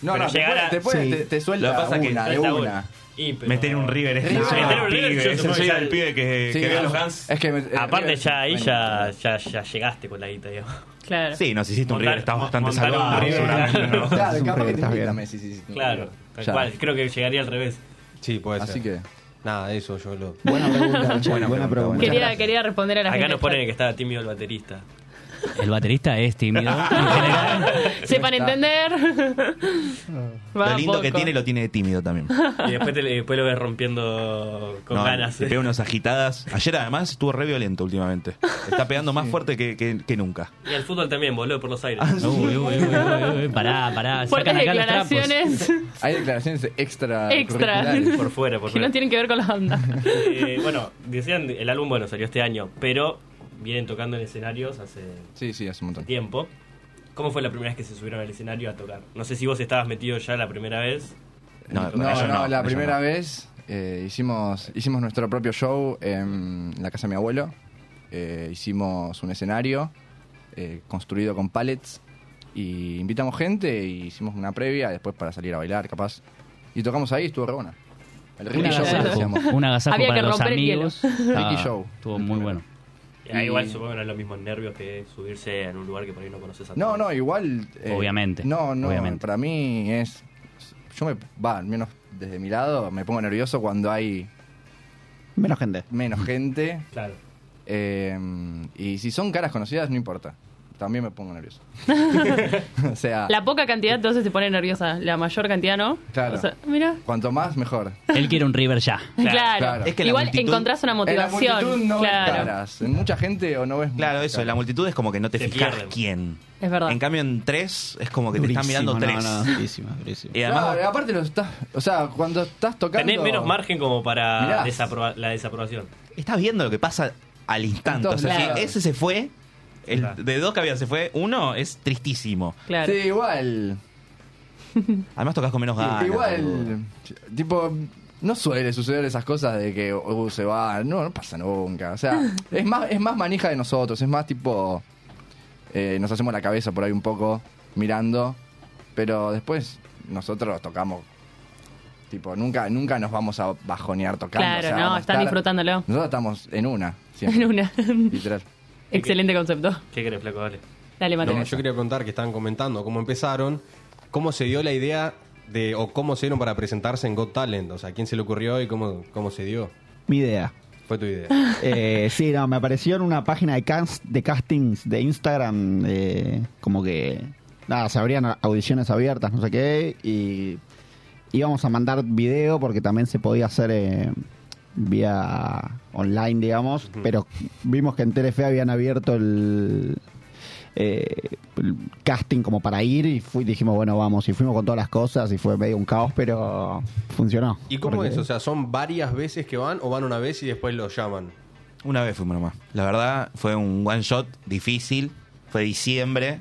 No, Pero no, te llegar puede- a- te puede- te- te suelta Lo que pasa es que una, de suelta una. Y, pero- Meter un River es River, el sueño meter del un River, yo pibe, es el supongo sueño ya- del pibe que, Sí, que ve a los claro. Hans. Es que eh, me- Aparte, ya ahí Bueno. ya, ya, ya llegaste con la guita, digamos. Claro. Sí, nos hiciste un River, estás bastante montar un salvado. River, seguramente, claro. ¿no? Claro, Es un capaz River, que te estás bien. Messi, sí, sí. Claro, tal Ya. cual. Creo que llegaría al revés. Sí, puede Así ser. que... Nada, eso yo lo... Buena *laughs* pregunta, che, buena pregunta, buena Quería, quería responder a la Acá gente. nos ponen que estaba tímido el baterista. El baterista es tímido. Sepan entender. Lo lindo que poco. tiene lo tiene de tímido también. Y después, te- después lo ves rompiendo con No, ganas. Te pega unas agitadas. Ayer además estuvo re violento últimamente. Está pegando más fuerte que, que- que nunca. Y el fútbol también, voló por los Ah, aires. Uy, uy, Eh, uy, uy, uy, pará, pará. Sacan acá los trapos. Hay declaraciones extra. Extra. curriculares. Por fuera, *laughs* por que fuera. no tienen que ver con la banda. Eh, bueno, decían, el álbum bueno salió este año, pero vienen tocando en escenarios hace Sí, sí, hace un montón. tiempo. ¿Cómo fue la primera vez que se subieron al escenario a tocar? No sé si vos estabas metido ya la primera vez. No, con ellos no, no, la con ellos primera no. vez eh, hicimos, hicimos nuestro propio show en la casa de mi abuelo. Eh, hicimos un escenario eh, construido con pallets y invitamos gente y hicimos una previa después para salir a bailar, capaz. Y tocamos ahí, estuvo re buena. El Un agasajo. Un agasajo Había para que los romper el amigos. hielo. *laughs* Estaba- Ricky Show. Estuvo muy bueno. Ah, igual supongo que no es lo mismo nervios que subirse en un lugar que por ahí no conoces a No, todos. no, igual. eh, Obviamente, No, no, obviamente. para mí es. Yo me. Va, al menos desde mi lado, me pongo nervioso cuando hay Menos gente. menos *laughs* gente. Claro. Eh, y si son caras conocidas, no importa. También me pongo *laughs* nervioso. o sea, La poca cantidad entonces te pone nerviosa. La mayor cantidad no. claro. O sea, mira. Cuanto más, mejor. Él quiere un River ya. *laughs* Claro. Igual encontrás una En motivación. la multitud no claro. ves caras. En mucha gente o no ves Claro, eso, en la multitud es como que no te, Te fijas pierden. quién. Es verdad. En cambio, en tres es como que te están mirando tres. *laughs* Y Claro, además, aparte, lo estás, o sea, cuando estás tocando. Tenés menos margen como para Mirá. desaproba- la desaprobación. estás viendo lo que pasa al instante. Entonces, o sea, claro. si ese se fue, el de dos que había se fue, uno es tristísimo. Sí, igual. *laughs* Además, tocas con menos ganas. boludo. Igual, tipo, no suele suceder esas cosas de que uh, se va, no, no pasa nunca. O sea, *laughs* es más, es más manija de nosotros, es más tipo, eh, nos hacemos la cabeza por ahí un poco mirando, pero después nosotros tocamos, tipo, nunca, nunca nos vamos a bajonear tocando. Claro, o sea, no, vamos a están estar- disfrutándolo. Nosotros estamos *laughs* en una, siempre, En una. literal. Excelente concepto. *laughs* ¿Qué querés, flaco? Dale. Dale, Mateo. *laughs* No, yo quería contar que estaban comentando cómo empezaron, cómo se dio la idea de, o cómo se dieron para presentarse en Got Talent, o sea, quién se le ocurrió y cómo, cómo se dio. Mi idea. Fue tu *laughs* idea. Eh, sí, no, me apareció en una página de, cast- de castings de Instagram, eh, como que, nada, se abrían audiciones abiertas, no sé qué, y íbamos a mandar video porque también se podía hacer eh, vía online, digamos, pero vimos que en Telefe habían abierto el, eh, el casting como para ir y fui, dijimos, bueno, vamos, y fuimos con todas las cosas y fue medio un caos, pero funcionó. ¿Y cómo Porque- es? O sea, ¿son varias veces que van o van una vez y después los llaman? Una vez fuimos nomás. La verdad, fue un one shot difícil. Fue diciembre.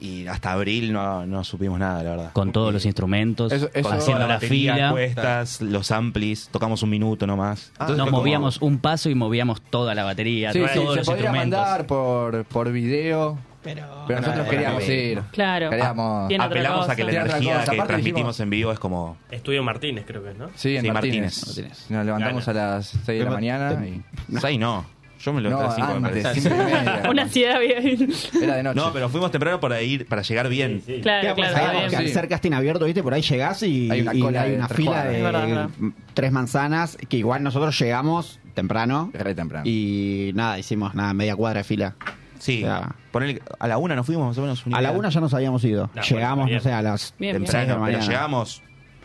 Y hasta abril no, no supimos nada, la verdad. Con todos los instrumentos, Eso- eso- haciendo Toda la la batería, fila. cuestas, los amplis, tocamos un minuto nomás. Ah, Entonces Nos fue como- movíamos un paso y movíamos toda la batería, Sí, todos sí, los se podía instrumentos. mandar por, por video, pero, nosotros Era queríamos vivo. ir. Claro. Queríamos- Tiene otra Apelamos a cosa. que la Tiene otra energía cosa. que Aparte transmitimos dijimos- en vivo es como. Estudio Martínez, creo que es, ¿no? Sí, en Sí, Martínez. Martínez. Nos levantamos Gana. a las 6 de la mañana y Seis no. Yo me lo No, a las cinco, me antes, parece. cinco y *laughs* media. Una ansiedad bien. No, pero fuimos temprano para ir, para llegar bien. Claro, Pues, claro. sabemos que bien. al ser casting abierto, viste, por ahí llegás y y hay una, cola de tres fila cuadras. de Es verdad, es verdad. m- tres manzanas que igual nosotros llegamos temprano. temprano. Y nada, hicimos nada, media cuadra de fila. Sí. Ponele que a la una nos fuimos más o menos. A la idea. una ya nos habíamos ido. bueno, llegamos, bien. no sé, a las seis de la Temprano, pero mañana. llegamos.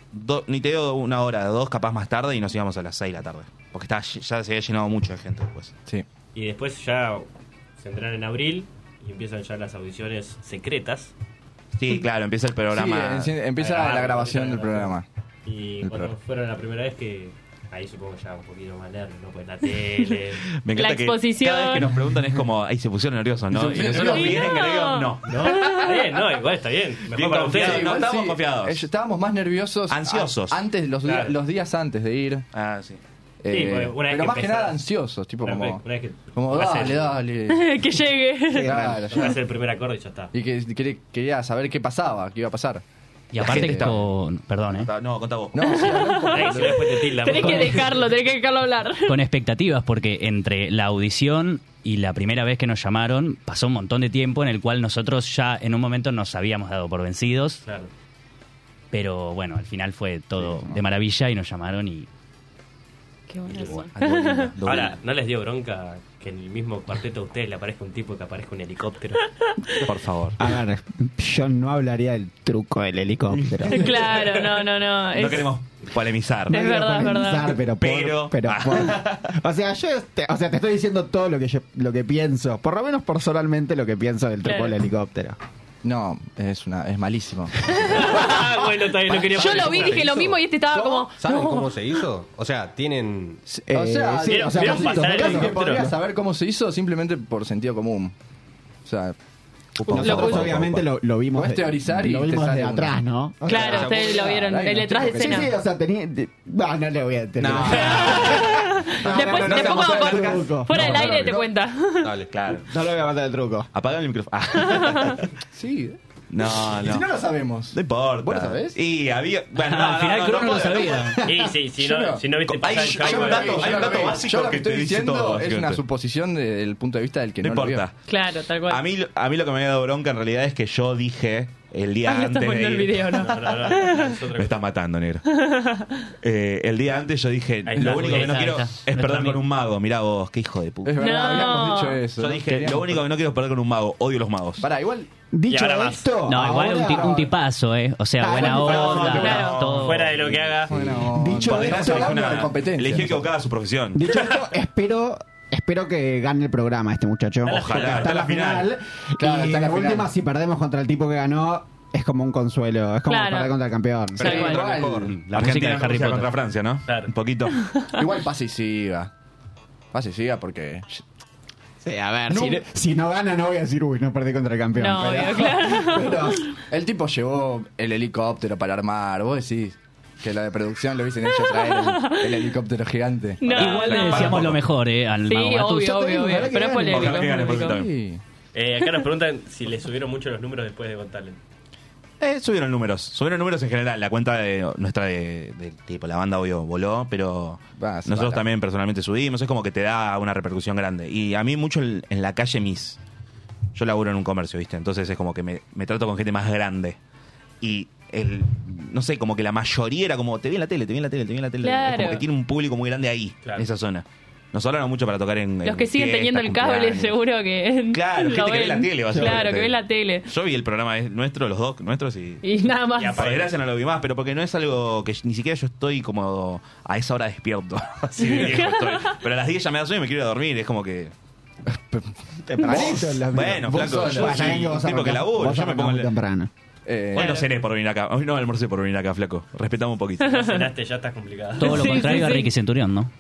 do- ni te digo una hora, dos capaz más tarde y nos íbamos a las seis de la tarde. Porque estaba ll- ya se había llenado mucho de gente después. Sí. Y después ya se entran en abril y empiezan ya las audiciones secretas. Sí, claro, empieza el programa. Sí, en- empieza Ah, la grabación del empieza programa. Y El cuando programa. fueron la primera vez que ahí supongo ya un poquito más nervios, ¿no? Pues la tele. *laughs* Me encanta que Cada vez que nos preguntan es como, ahí se pusieron nerviosos, ¿no? Y nosotros Sí, bien no. que le digo, no. No, está bien, no, igual está bien. Mejor Bien para confiado, ustedes. no Igual estábamos sí. confiados. Eh, estábamos más nerviosos. Ansiosos. a- antes, los, Claro. días, los días antes de ir. Eh, Ah, sí. Sí, porque una vez pero que más que empezás- nada ansiosos, tipo una vez- como. una vez que como vas dale, a- dale. *laughs* que llegue. Claro, Voy a ya. hacer el primer acorde y ya está. Y que, que- quería saber qué pasaba, qué iba a pasar. Y aparte con, perdón, ¿eh? No, contá vos. *laughs* No, sí, Ahí sí, después te tildan. Tenés que dejarlo, tenés que dejarlo *laughs* hablar. con expectativas, porque entre la audición y la primera vez que nos llamaron pasó un montón de tiempo en el cual nosotros ya en un momento nos habíamos dado por vencidos. Pero bueno, al final fue todo de maravilla y nos llamaron y... Qué bonazo. Ahora, ¿no les dio bronca que en el mismo cuarteto a ustedes le aparezca un tipo que aparezca un helicóptero? *laughs* Por favor. A ver, yo no hablaría del truco del helicóptero. *laughs* Claro, no, no, no. No es- queremos polemizar. No Es iba a verdad, es verdad. Pero- polemizar, Pero, por- pero por- o sea, yo te, o sea, te estoy diciendo todo lo que yo, lo que pienso, por lo menos personalmente lo que pienso del truco Claro. del helicóptero. No, es una *laughs* es malísimo. Ah, bueno, está bien, no quería Yo lo vi, polemizar. dije lo mismo y este estaba como. ¿Saben no. cómo se hizo? O sea, tienen. eh, o sea, sí, vieron- o sea, vieron cositas, pasar cosas el que helicóptero, podría saber. ¿no? saber cómo se hizo simplemente por sentido común. O sea, Nosotros obviamente lo, lo vimos. Podés de- teorizar y lo te vimos de sale un- atrás, ¿no? O sea, Claro, ustedes Ah, lo vieron, Ay, el no detrás de tengo que- Sí, escena. sí, o sea, tenía. de- No, no le voy a tener. Después, no, no, después no, cuando no, cor- no, no, no, fuera del no, no, aire no, te no. cuenta. Dale, claro. No le voy a matar el truco. Apagan el micrófono. Ah, *laughs* Sí. no, no. Si no lo Ah, sabemos. No importa. ¿Vos lo sabés? Y había. Bueno, al final Crono lo puedo- sabía. Y sí, si Yo no, no. si no viste Hay- pasar el hay cable, un dato- hay un dato Yo lo básico que que estoy te dice diciendo todo, es una básicamente. suposición de- del punto de vista del que No no, lo importa. Claro, tal cual. A mí, a mí lo que me había dado bronca en realidad es que yo dije el día Ah, me antes estás de poniendo el ir- *laughs* video, ¿no? No, no, no, es otra Me cosa. estás matando, negro. Eh, el día antes yo dije, Ahí está, lo único ahí que no está, quiero ahí es está. perder Nuestro con un mago. Mirá vos, qué hijo de vio. puta. Es verdad, No. habíamos dicho eso. Yo ¿no? dije, Queríamos- lo único que no quiero es perder con un mago. Odio los magos. Pará, igual. Dicho ahora más. esto. No, igual un, ti- ahora- un tipazo, ¿eh? O sea, Ah, buena igual un onda, tipazo, claro. todo. Fuera de lo que haga. Bueno, Dicho por desgracia, Gracias, esto, elegí hablamos una- de competencia. Elegí equivocada su profesión. Dicho esto, espero, espero que gane el programa este muchacho. Ojalá, Está en la final. Claro, y está en la de última, final. si perdemos contra el tipo que ganó, es como un consuelo. Es como Claro. perder contra el campeón. Pero Tal cual. La música Argentina de Harry Potter. contra Francia, ¿no? Claro. Un poquito. *laughs* Igual pasa y siga. Pasa y siga porque. Sí, a ver. Si, si no gana, no voy a decir, uy, no perdí contra el campeón. No, Pero- eh, obvio, claro. *laughs* Pero el tipo llevó el helicóptero para armar. Vos decís que la de producción lo hubiesen hecho traer el, el helicóptero gigante. No, Igual le no. decíamos lo mejor, ¿eh? Al Sí, mago Matute. obvio, obvio, obvio. Pero es Ojalá que gane, por polémico. supuesto. Sí. Eh, acá nos preguntan si le subieron mucho los números después de Got Talent. Eh, subieron números. Subieron números en general. La cuenta de nuestra de, de- tipo, la banda obvio voló, pero Va, se nosotros para. también personalmente subimos. Es como que te da una repercusión grande. Y a mí mucho el- en la calle Miss. Yo laburo en un comercio, ¿viste? Entonces es como que me, me trato con gente más grande. Y el, no sé, como que la mayoría era como, te vi en la tele, te vi en la tele, te vi en la tele. Claro. Es como que tiene un público muy grande ahí, Claro. en esa zona. Nos hablaron mucho para tocar en... Los que en siguen fiestas, teniendo el cable, cumpleaños. seguro que. Claro, *laughs* lo gente que ve ven. la tele, básicamente. Claro, que ve la tele. Yo vi el programa es- nuestro, los dos nuestros y... Y nada más. Y Por desgracia no lo vi más, pero porque no es algo que ni siquiera yo estoy como a esa hora despierto. *laughs* Así de viejo estoy. Pero a las 10 ya me da sueño y me quiero ir a dormir. Es como que. Tempranito, la- Bueno, vos flaco, sos- yo Bueno, soy ahí un vos tipo arrancás- que laburo, vos yo me arrancás pongo muy el- temprano. Eh, Hoy no cené por venir acá. Hoy no almorcé por venir acá, flaco. Respetame *laughs* un poquito. Cenaste, ya estás complicado. Todo lo Sí, contrario sí, a sí. Ricky Centurión, ¿no?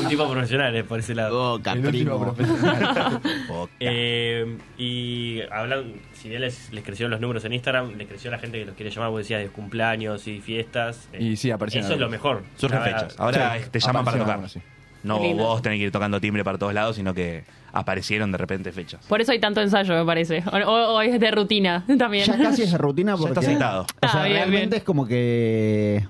un tipo profesional, eh, por ese lado. Boca, el primo. último profesional. *laughs* *laughs* Poca. Eh, y hablan, si bien les, les crecieron los números en Instagram, les creció la gente que los quiere llamar, vos decías, de cumpleaños y fiestas. eh, Y sí, aparecieron Eso es lo algunos. mejor. Surgen La verdad. fechas. Ahora Sí, te llaman para aparecieron tocar. algunos, sí. No Qué lindo. vos tenés que ir tocando timbre para todos lados, sino que aparecieron de repente fechas. Por eso hay tanto ensayo, me parece. O, o- o es de rutina *laughs* también. Ya casi es de rutina porque. Ya está aceitado. O sea, Ah, bien, realmente bien. es como que.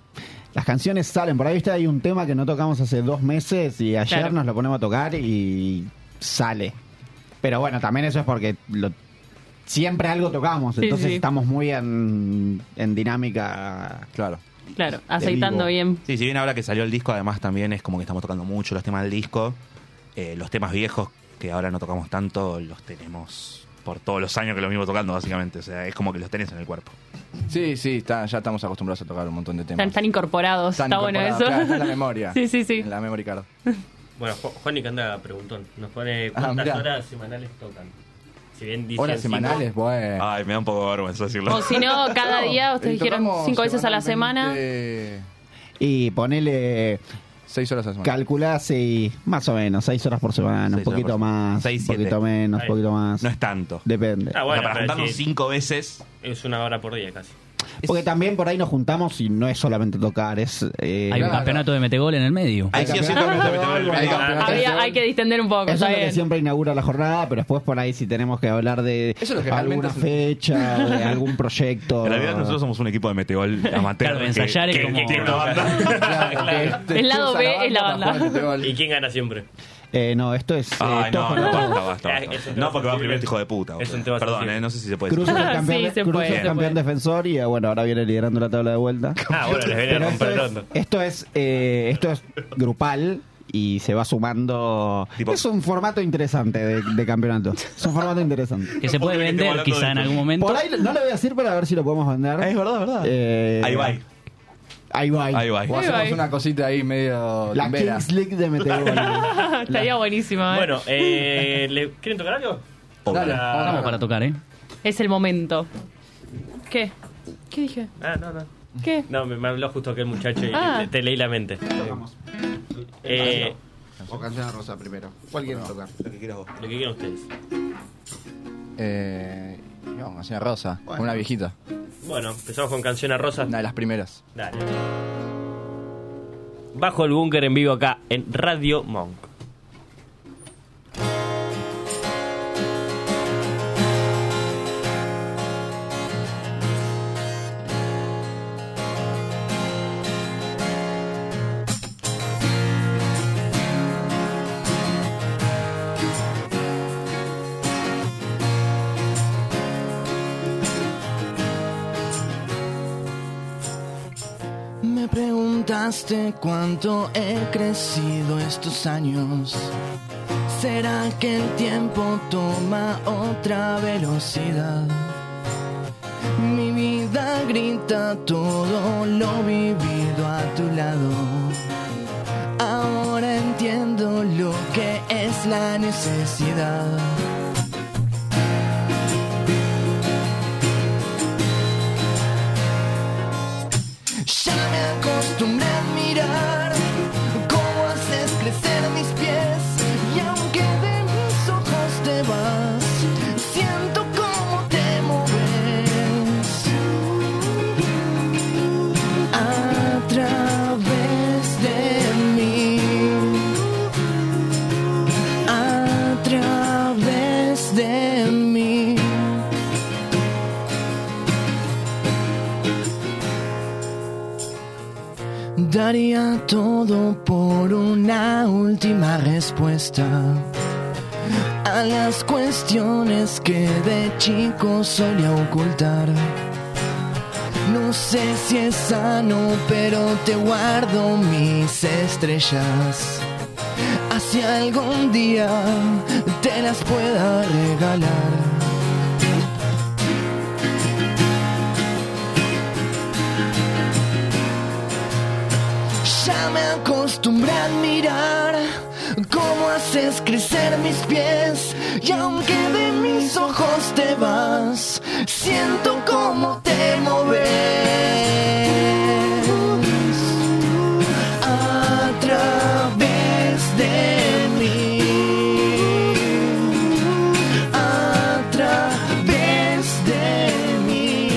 Las canciones salen. Por ahí viste, hay un tema que no tocamos hace dos meses y ayer Claro. nos lo ponemos a tocar y sale. Pero bueno, también eso es porque lo- siempre algo tocamos. Sí, entonces sí. estamos muy en, en dinámica. Claro. Claro, aceitando bien. Sí, si bien ahora que salió el disco, además también es como que estamos tocando mucho los temas del disco. Eh, los temas viejos que ahora no tocamos tanto, los tenemos por todos los años que lo mismo tocando, básicamente. O sea, es como que los tenés en el cuerpo. Sí, sí, está- ya estamos acostumbrados a tocar un montón de temas. Están, están incorporados. Están Está bueno incorporados, eso. claro, está en la memoria. *laughs* Sí, sí, sí. En la memory card. Bueno, Ju- Juan y que anda preguntón. Nos pone Ah, cuántas mirá. horas semanales tocan. Si bien dicen Horas cinco, semanales, bueno. Ay, me da un poco de vergüenza decirlo. O si no, cada día y ustedes dijeron tocamos cinco veces a la semana. Y ponele. Seis horas a semana. Calculás y más o menos, seis horas por semana, un Seis horas poquito por semana. más, Seis, un siete. poquito menos, un Ahí. poquito más. No es tanto. Depende. Ah, bueno, O sea, para pero juntarnos sí. cinco veces. Es una hora por día casi. Porque también por ahí nos juntamos y no es solamente tocar, es... eh, Hay un campeonato de metegol en el medio. Hay sí, campeonato de metegol, hay campeonato de Habría- metegol. hay que distender un poco. Eso está es lo que bien. siempre inaugura la jornada, pero después por ahí si tenemos que hablar de Eso es lo que alguna realmente fecha, o de algún proyecto. En realidad nosotros somos un equipo de *laughs* meteol amateur. Claro, que- ensayar es que- como- que tiene una banda. *laughs* este, El lado B es la banda. ¿Y quién gana siempre? Eh, no, esto es... eh, Ay, todos no, contra no, todos. basta, basta, *laughs* basta. No, porque va primero este hijo de puta. Es un tema boludo. Perdón, sensible. eh, no sé si se puede Cruz es el *laughs* decir. campeón, Sí, se Cruz es puede, el se campeón defensor y eh, bueno, ahora viene liderando la tabla *laughs* de vuelta. Ah, bueno, les viene a Pero romper el esto, es, hondo. esto es, eh, esto es grupal y se va sumando. Tipo- es un formato interesante de, de campeonato. Es un formato interesante. Que se puede vender quizá en algún momento. Por ahí no le voy a decir, pero a ver si lo podemos vender. Es verdad, verdad. Eh, Ahí va. Ahí va. Ahí va. O hacemos una cosita ahí medio La timbera. Kings League de *laughs* Meteor. Estaría buenísimo. ¿eh? Bueno, eh, ¿le- ¿quieren tocar algo? Dale, Para- vamos a Estamos tocar. para tocar, ¿eh? Es el momento. ¿Qué? ¿Qué dije? Ah, no, no. ¿Qué? No, me, me habló justo aquel muchacho y Ah. te, te leí la mente. Eh, O canción a Rosa primero. ¿Cuál quieren tocar? Lo que quieras vos. lo que quieran ustedes. Eh, y vamos, hacía Rosa, una viejita. Bueno, empezamos con Canción a Rosa. Una de las primeras. Dale. Bajo el búnker en vivo acá en Radio Monk. Me preguntaste cuánto he crecido estos años. ¿Será que el tiempo toma otra velocidad? Mi vida grita todo lo vivido a tu lado. Ahora entiendo lo que es la necesidad. Ya me acostumbré a admirar cómo haces crecer mis pies y aunque de mis ojos te vas, siento cómo te moves a través de mí, a través de mí. Daría todo por una última respuesta a las cuestiones que de chico solía ocultar. No sé si es sano, pero te guardo mis estrellas. Así algún día te las pueda regalar. Ya me acostumbré a admirar cómo haces crecer mis pies y aunque de mis ojos te vas, siento cómo te moves a través de mí, a través de mí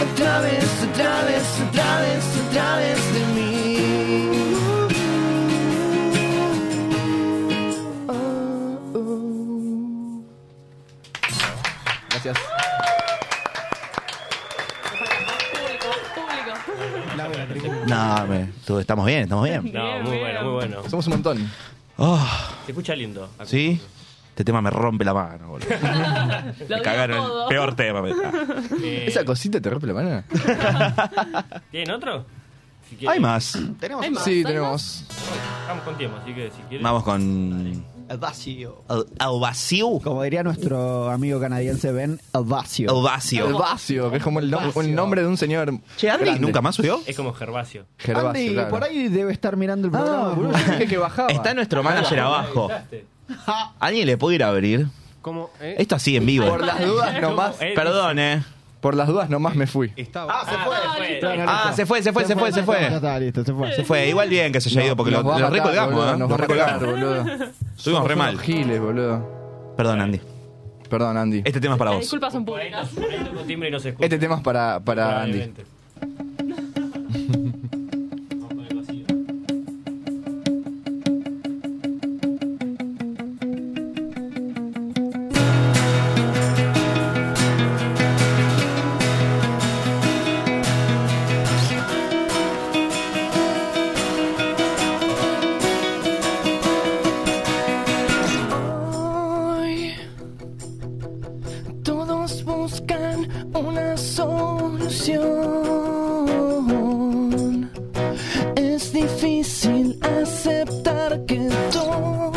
a través, a través, a través, a través de mí. Gracias. Público, público. No, me- tú- estamos bien, estamos bien. No, muy bueno, muy bueno. Eh, Somos un montón. Oh, Se escucha *laughs* lindo. ¿Sí? Este tema me rompe la mano, *laughs* boludo. Lo Me cagaron el peor *laughs* tema. me- ¿Esa cosita te rompe la mano? Eh, ¿Tienen otro? Si quieren. Hay más. Hay más, Sí, hay tenemos. más. Vamos con tiempo, así que si quieren. Vamos con. El vacío. El, Mm. vacío. Como diría nuestro amigo canadiense Ben, el vacío. El vacío. El vacío, que es como el, nom- Vacío. un nombre de un señor. grande. Es como Gervasio. Gervasio, Andy, claro. por ahí debe estar mirando el programa. boludo, yo dije que *laughs* bajaba. Está nuestro manager abajo. ¿Alguien le puede ir a abrir? ¿Cómo? ¿Eh? Esto así en vivo. Por las dudas nomás. Perdón, eh. Por las dudas nomás me fui. Ah, se fue. Claro, Ah, listo. se fue, se fue, se fue, se Ya fue. está, listo, se fue. Se fue. Igual bien que se haya ido porque lo, Nos va a lo matar, boludo, recolgamos, ¿eh? Nos Lo va a recolgamos. matar, boludo. Estuvimos re Somos mal. unos Giles, boludo. Perdón, Andy. Perdón, Andy. Este tema es para Las vos. Eh, disculpas son públicas. Timbre y no se escucha. Este tema es para, para Andy. Hoy todos buscan una solución. Es difícil aceptar que todo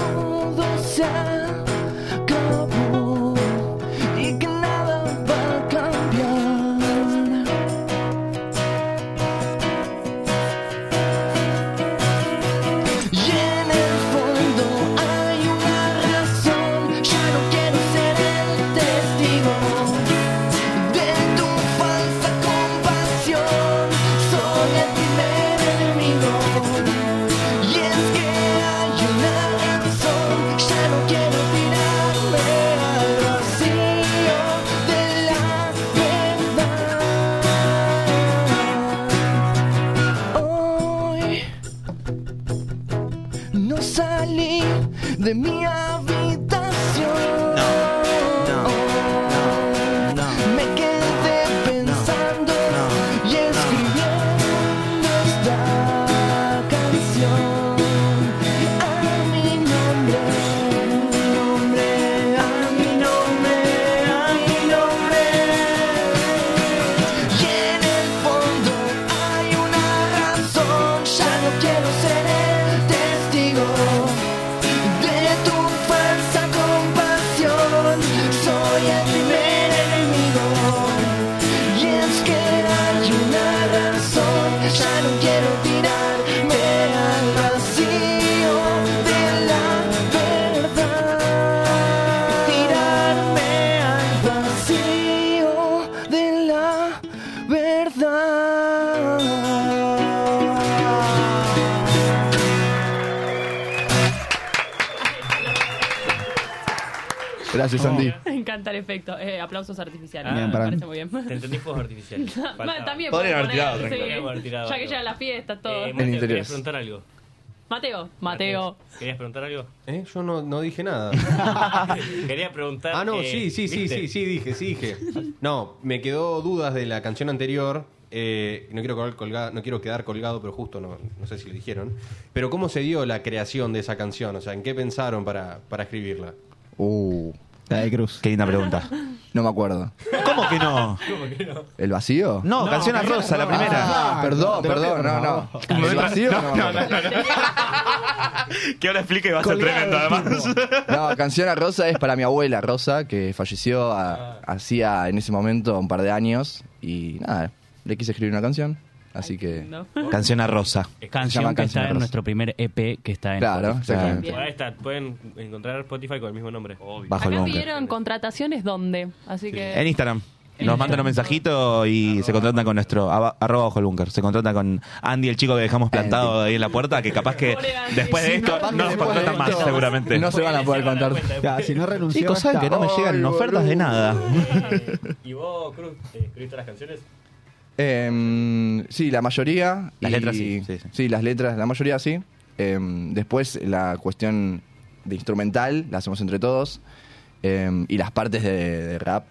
se acabó y que nada va a cambiar. Y en el fondo hay una razón, ya no quiero ser el testigo de tu falsa compasión, soy el primer enemigo. Y es que hay una razón, ya no quiero tirarme al vacío de la verdad. Hoy no salí de mi habitación. Me quedé pensando y escribiendo esta canción. A mi nombre, a mi nombre, a mi nombre, a mi nombre. Y en el fondo hay una razón, ya no quiero ser el testigo de tu falsa compasión soy el primer enemigo y es que hay una razón ya no quiero tirarme al vacío de la verdad tirarme al vacío de la verdad Gracias, Andy. *laughs* Me encanta el efecto. Eh, aplausos artificiales. Bien, me para- parece muy bien. Ah, Te *laughs* entendí fuegos artificiales. Eh, Bueno, Podrían también puedes haber tirado, poner, tranquilo. sí. Podrían haber tirado Ya que algo. llega la fiesta, todo. Eh, Mateo, interiores. querías preguntar *laughs* algo. Mateo, Mateo. ¿Querías preguntar algo? ¿Eh? Yo no, no dije *laughs* nada. Quería preguntar. Ah, no, eh, sí, sí, sí, ¿viste? sí, sí, dije, sí, dije. No, me quedó dudas de la canción anterior. eh, no, quiero colgar colgado, no quiero quedar colgado, pero justo no, no sé si lo dijeron. Pero ¿cómo se dio la creación de esa canción? O sea, ¿en qué pensaron para, para escribirla? Uh. La de Cruz. Qué linda pregunta. No me acuerdo. ¿Cómo *laughs* que no? ¿El vacío? No, Canción a Rosa, la primera. Ah, perdón, perdón, no, no. ¿El vacío? No, me acuerdo. Que ahora explique va a ser tremendo, además. No, Canción a Rosa es para mi abuela Rosa, que falleció a- hacía en ese momento un par de años. Y nada, le quise escribir una canción. Así que. Canción a Rosa. Se Canción llama que Canción está en Rosa. nuestro primer EP que está en. Claro, Spotify. exactamente. Ahí está, pueden encontrar Spotify con el mismo nombre. Obvio. Bajo el Acá búnker. pidieron contrataciones dónde. Así que. En Instagram. Nos mandan un mensajito y se contratan con nuestro aba- arroba bajo el búnker. Se contratan con Andy, el chico que dejamos plantado Eh, ahí en la puerta, que capaz que después de esto no nos contratan más, seguramente. No se van a poder contar. Ya, si no renunció. Chicos, saben hasta que no me hoy, llegan ofertas de boludo. nada. ¿Y vos, Cruz, eh, escribiste las canciones? Em, sí, la mayoría. Las y- letras sí, sí, las letras, la mayoría sí. Em, después la cuestión de instrumental la hacemos entre todos. Em, y las partes de, de rap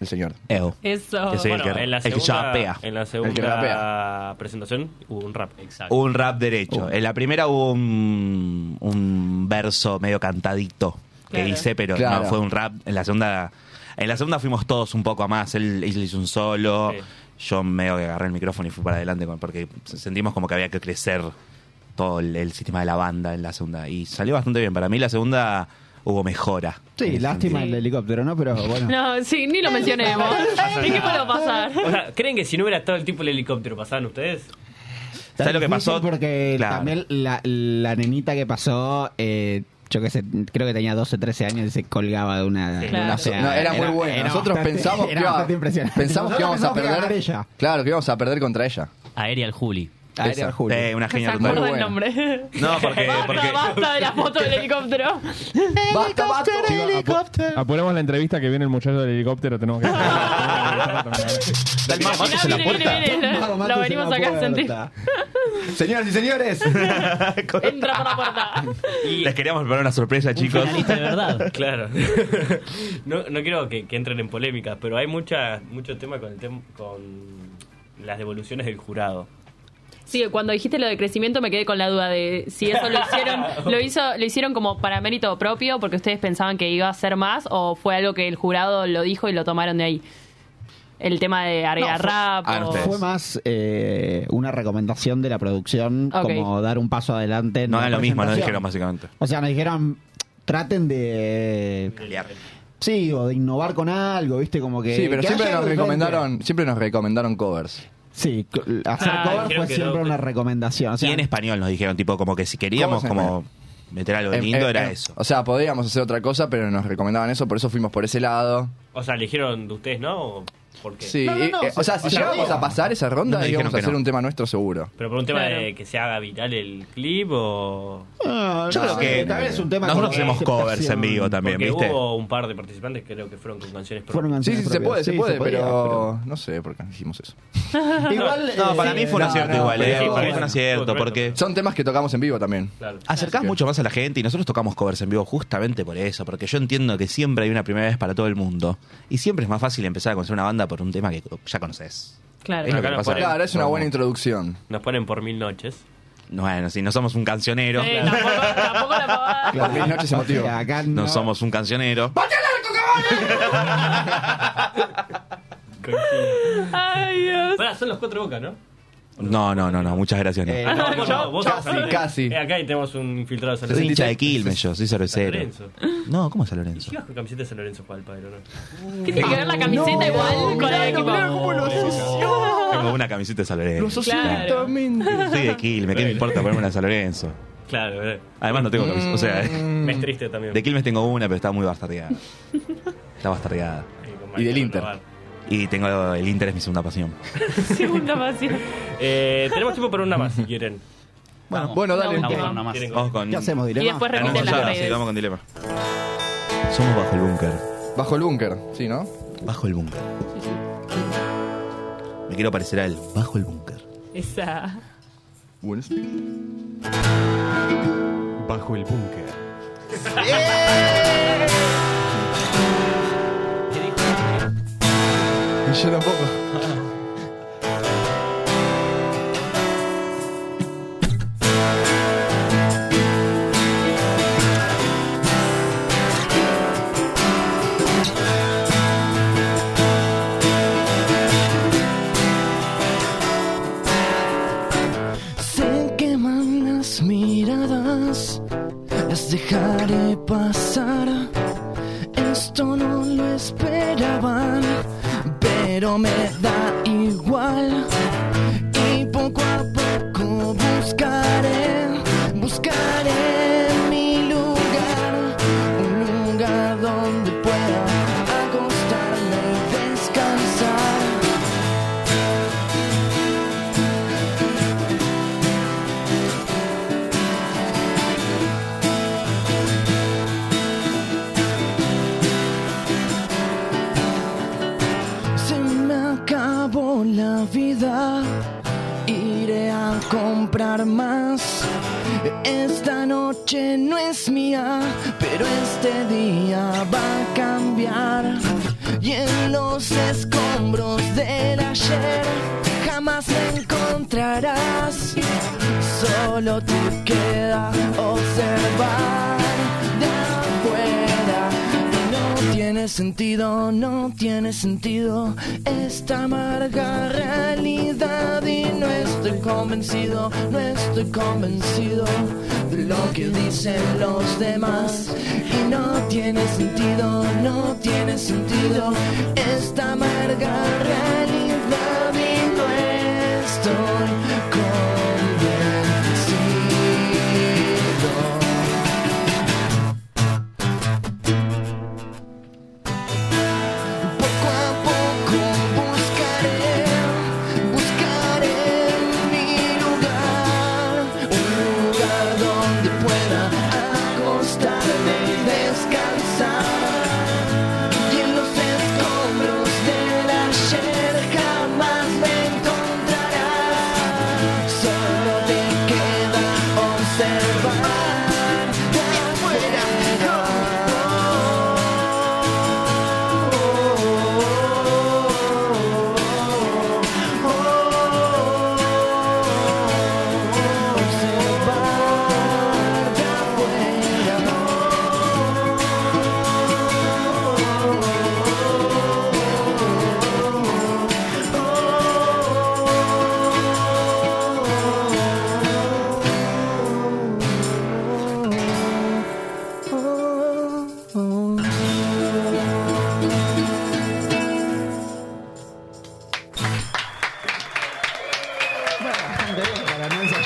el señor. Eo. Eso. el Bueno, que- en la el que segunda, yapea. en la El que segunda presentación hubo un rap. Exacto. Un rap derecho. Uh. Oh. Eh, En la primera hubo un, un verso medio cantadito que Claro. hice, pero Claro. no fue un rap. En la segunda, en la segunda fuimos todos un poco a más. Él hizo un solo. Yo medio que agarré el micrófono y fui para adelante con- porque sentimos como que había que crecer todo el, el sistema de la banda en la segunda. Y salió bastante bien. Para mí la segunda hubo mejora. Sí, lástima el helicóptero, ¿no? Pero bueno. No, sí, ni lo mencionemos. *laughs* ¿Y qué puedo pasar? *laughs* O sea, ¿Creen que si no hubiera estado el tipo del helicóptero, pasaban ustedes? ¿Sabes lo que pasó? Porque también la, la nenita que pasó, eh, yo qué sé, creo que tenía 12, 13 años y se colgaba de una. Sí, de una- no, no, era muy bueno. era Nosotros bastante- pensamos, que era iba- bastante impresionante. pensamos que íbamos a Nosotros pensamos perder. que iba a ganar Claro, que íbamos a perder contra ella. Aerial Juli. Aérea al Juli. Eh, una genia Muy total. bueno. El nombre. No, *laughs* porque, porque Basta de la foto del helicóptero. Basta, basta. Apuremos la entrevista que viene el muchacho del *laughs* helicóptero. Tenemos que. Dale, Mato, Mato, se la Ah. Viene, puerta. viene, viene. Mato, Lo, Mato, venimos se la acá a sentir. puerta. Señoras *laughs* y señores. Entra por la puerta. Les queríamos preparar una sorpresa, chicos. *laughs* Claro. no, no quiero que, que entren en polémicas, pero hay mucha, mucho tema con, el tem- con las devoluciones del jurado. Sí, cuando dijiste lo de crecimiento me quedé con la duda de si eso lo *laughs* hicieron, lo hizo, lo hicieron como para mérito propio porque ustedes pensaban que iba a ser más o fue algo que el jurado lo dijo y lo tomaron de ahí. El tema de área rap. o- Fue más eh, una recomendación de la producción, Ok. como dar un paso adelante. en No la hagan lo mismo, no presentación. dijeron básicamente. O sea, nos dijeron, traten de. Sí, o de innovar con algo, ¿viste? Como que. Sí, pero que siempre haya nos algo diferente. recomendaron, siempre nos recomendaron covers. Sí, co- hacer Ah, cover creo fue que siempre no, una recomendación. O sea, Y en español nos dijeron, tipo, como que si queríamos, ¿Cómo se como meter algo En- lindo, en- era en- eso. Eh, O sea, podíamos hacer otra cosa, pero nos recomendaban eso, por eso fuimos por ese lado. O sea, eligieron de ustedes, ¿no? ¿O ¿Por qué? Sí, y- eh, o sea, si llegamos a pasar esa ronda, No me dijeron íbamos a que hacer no. un tema nuestro seguro. ¿Pero por un tema Claro. de que se haga viral el clip o...? Ah, no, Yo creo eh, que nosotros hacemos covers en vivo también, Porque ¿viste? hubo un par de participantes que creo que fueron con canciones propias. Fueron Sí, sí, se puede, se puede, podía, pero no sé por qué hicimos eso. Igual, No, eh, para mí fue un no, acierto no, igual, eh, pero- Para mí fue un acierto, porque. Son temas que tocamos en vivo también. Acercás mucho más a la gente y nosotros tocamos covers en vivo justamente por eso, porque yo entiendo que siempre hay una primera vez para todo el mundo y siempre es más fácil empezar a conocer una banda por un tema que ya conoces. Claro. Es lo que Acá nos pasa. ponen- Claro, es una *laughs* buena introducción. Nos ponen por mil noches. Bueno, si no somos un cancionero, Por mil noches emotivo. Acá no somos un cancionero. Ay, Dios. Pará, son los cuatro bocas, ¿no? No, no, no, no, muchas gracias. no. Ah, no, no, vos casi, sos- casi. Eh, acá tenemos un infiltrado de San Soy Lorenzo. hincha de Quilmes, yo soy San cervecero. Lorenzo. No, ¿cómo es San Lorenzo? ¿Ibas con camiseta de San Lorenzo para el padre o no? ¿Qué tiene que ver la camiseta No, igual con mirá, el equipo? Tengo una camiseta de San Lorenzo. Lo asoció Claro. directamente. Soy de Quilmes, ¿qué me importa ponerme una de San Lorenzo? Claro, eh. Además no tengo camiseta, o sea, eh, Me es triste también. de Quilmes tengo una, pero está muy bastardeada. Está bastardeada. Y del Inter. Y tengo el Inter es mi segunda pasión. *laughs* Segunda pasión. Eh, tenemos tiempo para una más, si quieren. Bueno, *laughs* bueno, dale. Una Vamos, última. una más. ¿Quieren- Vamos con- ¿Qué hacemos, Dilema? Y después Vamos repiten con las Sara, redes. Sí, vamos con dilema. Somos bajo el búnker. Bajo el búnker, sí, ¿no? *laughs* Bajo el búnker. Me quiero parecer a él. Bajo el búnker. Esa. Bajo el búnker. Yo tampoco. Se queman las miradas, las dejaré pasar. Esto no lo esperaban, pero me da igual. Y poco a poco buscaré, buscaré mi lugar, un lugar donde pueda acostarme y descansar. Se me acabó la vida, iré a comprar más. Esta noche no es mía, pero este día va a cambiar. y en los escombros del ayer jamás me encontrarás. Solo te queda observar de afuera. No tiene sentido, no tiene sentido esta amarga realidad y no estoy convencido, no estoy convencido de lo que dicen los demás y no tiene sentido, no tiene sentido esta amarga realidad y no estoy convencido. Poco a poco buscaré, buscaré mi lugar, un lugar donde pueda acostarme y descansar. Y en los escombros del ayer jamás me encontrarás, solo te queda observar de afuera.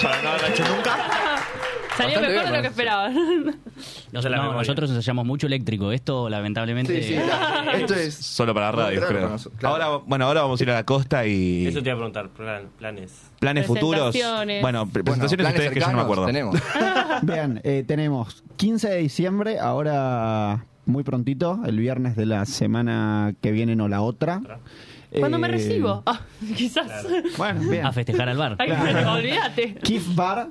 Para no haberla hecho nunca. *laughs* Salió mejor Bastante de lo bien, que *laughs* parece. esperaban. Nos- la no, memoria. nosotros ensayamos mucho eléctrico. Esto, lamentablemente. Sí, sí, *laughs* la- esto es- Solo para Bueno, radio, claro, creo. con nosotros, Ahora, bueno, ahora vamos a ir a la costa y. Eso te iba a preguntar, plan- planes. Planes futuros. Presentaciones. *laughs* Bueno, pre- presentaciones planes ustedes que yo no me acuerdo. *laughs* cercanos Bien, eh, tenemos 15 de diciembre, ahora muy prontito, el viernes de la semana que viene o la otra. Cuando me Eh, recibo. Ah, quizás. Bueno, bien. A festejar al bar. Ay, Claro. Olvídate. Kif Bar,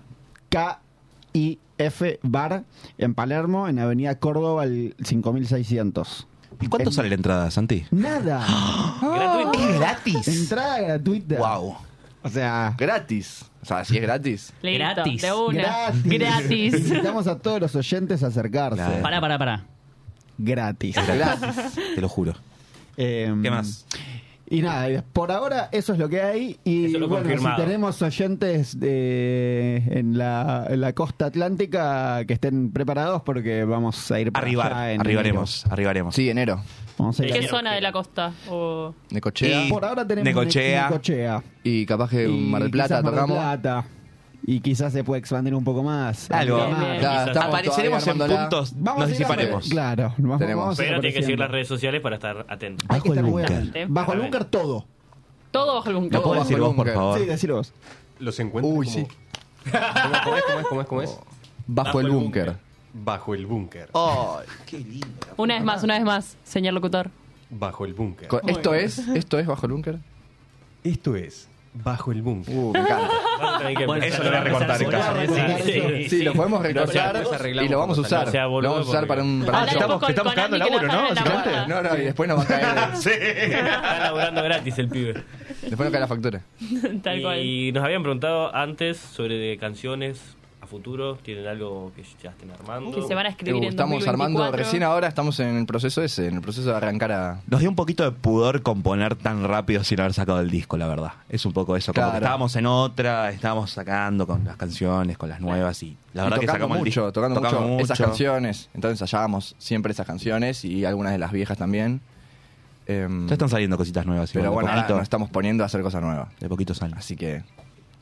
K-I-F Bar, en Palermo, en Avenida Córdoba, el 5600. ¿Y cuánto En- sale la entrada, Santi? Nada. ¿Es gratis? Entrada gratuita. Wow. O sea. Gratis. O sea, si es gratis. Listo, de una. Gratis. Necesitamos a todos los oyentes a acercarse. Claro. Pará, pará, pará. Gratis. *laughs* Gratis. Te lo juro. Em, ¿Qué más? Y nada, y por ahora eso es lo que hay. Y Eso lo bueno, si confirmado. tenemos oyentes de, en, la, en la costa atlántica, que estén preparados porque vamos a ir para Arribar, allá en arribaremos, arribaremos. Sí, enero. enero. Vamos a ir ¿Qué a- zona de la costa? O... Necochea. Y- Por ahora tenemos Necochea. Ne- Necochea. Y capaz que Y Mar del Plata quizás Mar del tocamos. Plata. Y quizás se puede expandir un poco más. Algo. Algo más. Claro, estamos Apareceremos en todavía armándola. puntos. Vamos nos a ir a- disiparemos. Claro, vamos, vamos a ir Pero tiene que seguir apareciendo. las redes sociales para estar atento. Hay que estar muy atentos. Atento. Bajo el búnker todo. Todo bajo el búnker. ¿Lo puedo Vamos decir al vos, por búnker. favor? Sí, decir vos. Los encuentros. Uy, como- sí. ¿Cómo, cómo es? ¿Cómo es? ¿Cómo es? Bajo, el búnker. Bajo el búnker. Ay, Una vez más, una vez más, señor locutor. Bajo el búnker. co- ¿Esto es? ¿Esto es bajo el búnker? Esto es Bajo el búnker. Uh, me encanta. Vamos a tener que Bueno, empezar eso lo voy a recortar en Sí, casa. sí, sí, Sí, lo podemos recortar Lo arreglamos y lo vamos a usar. No sea boludo, lo vamos a usar porque- para un. para Habla un show. después con- estamos con cagando Andy, que laburo, nos ¿no? paga la Básicamente. lavada. No, no, y después nos va a *laughs* caer. Está laburando gratis el pibe. Después nos cae la factura. *laughs* Tal cual. Y nos habían preguntado antes sobre de canciones a futuro. ¿Tienen algo que ya estén armando? Que se van a escribir en Uh, estamos 2024. armando recién ahora, estamos en el proceso ese, en el proceso de arrancar a. Nos dio un poquito de pudor componer tan rápido sin haber sacado el disco, la verdad. Es un poco eso. Como Claro. que estábamos en otra, estábamos sacando con las canciones, con las nuevas y la verdad y que tocando sacamos el mucho, disco. tocando mucho, tocamos esas canciones. Entonces ensayábamos siempre esas canciones y algunas de las viejas también. Em, Ya están saliendo cositas nuevas. pero igual, bueno, de ahora poquito, nos estamos poniendo a hacer cosas nuevas. de poquito salen. Así que.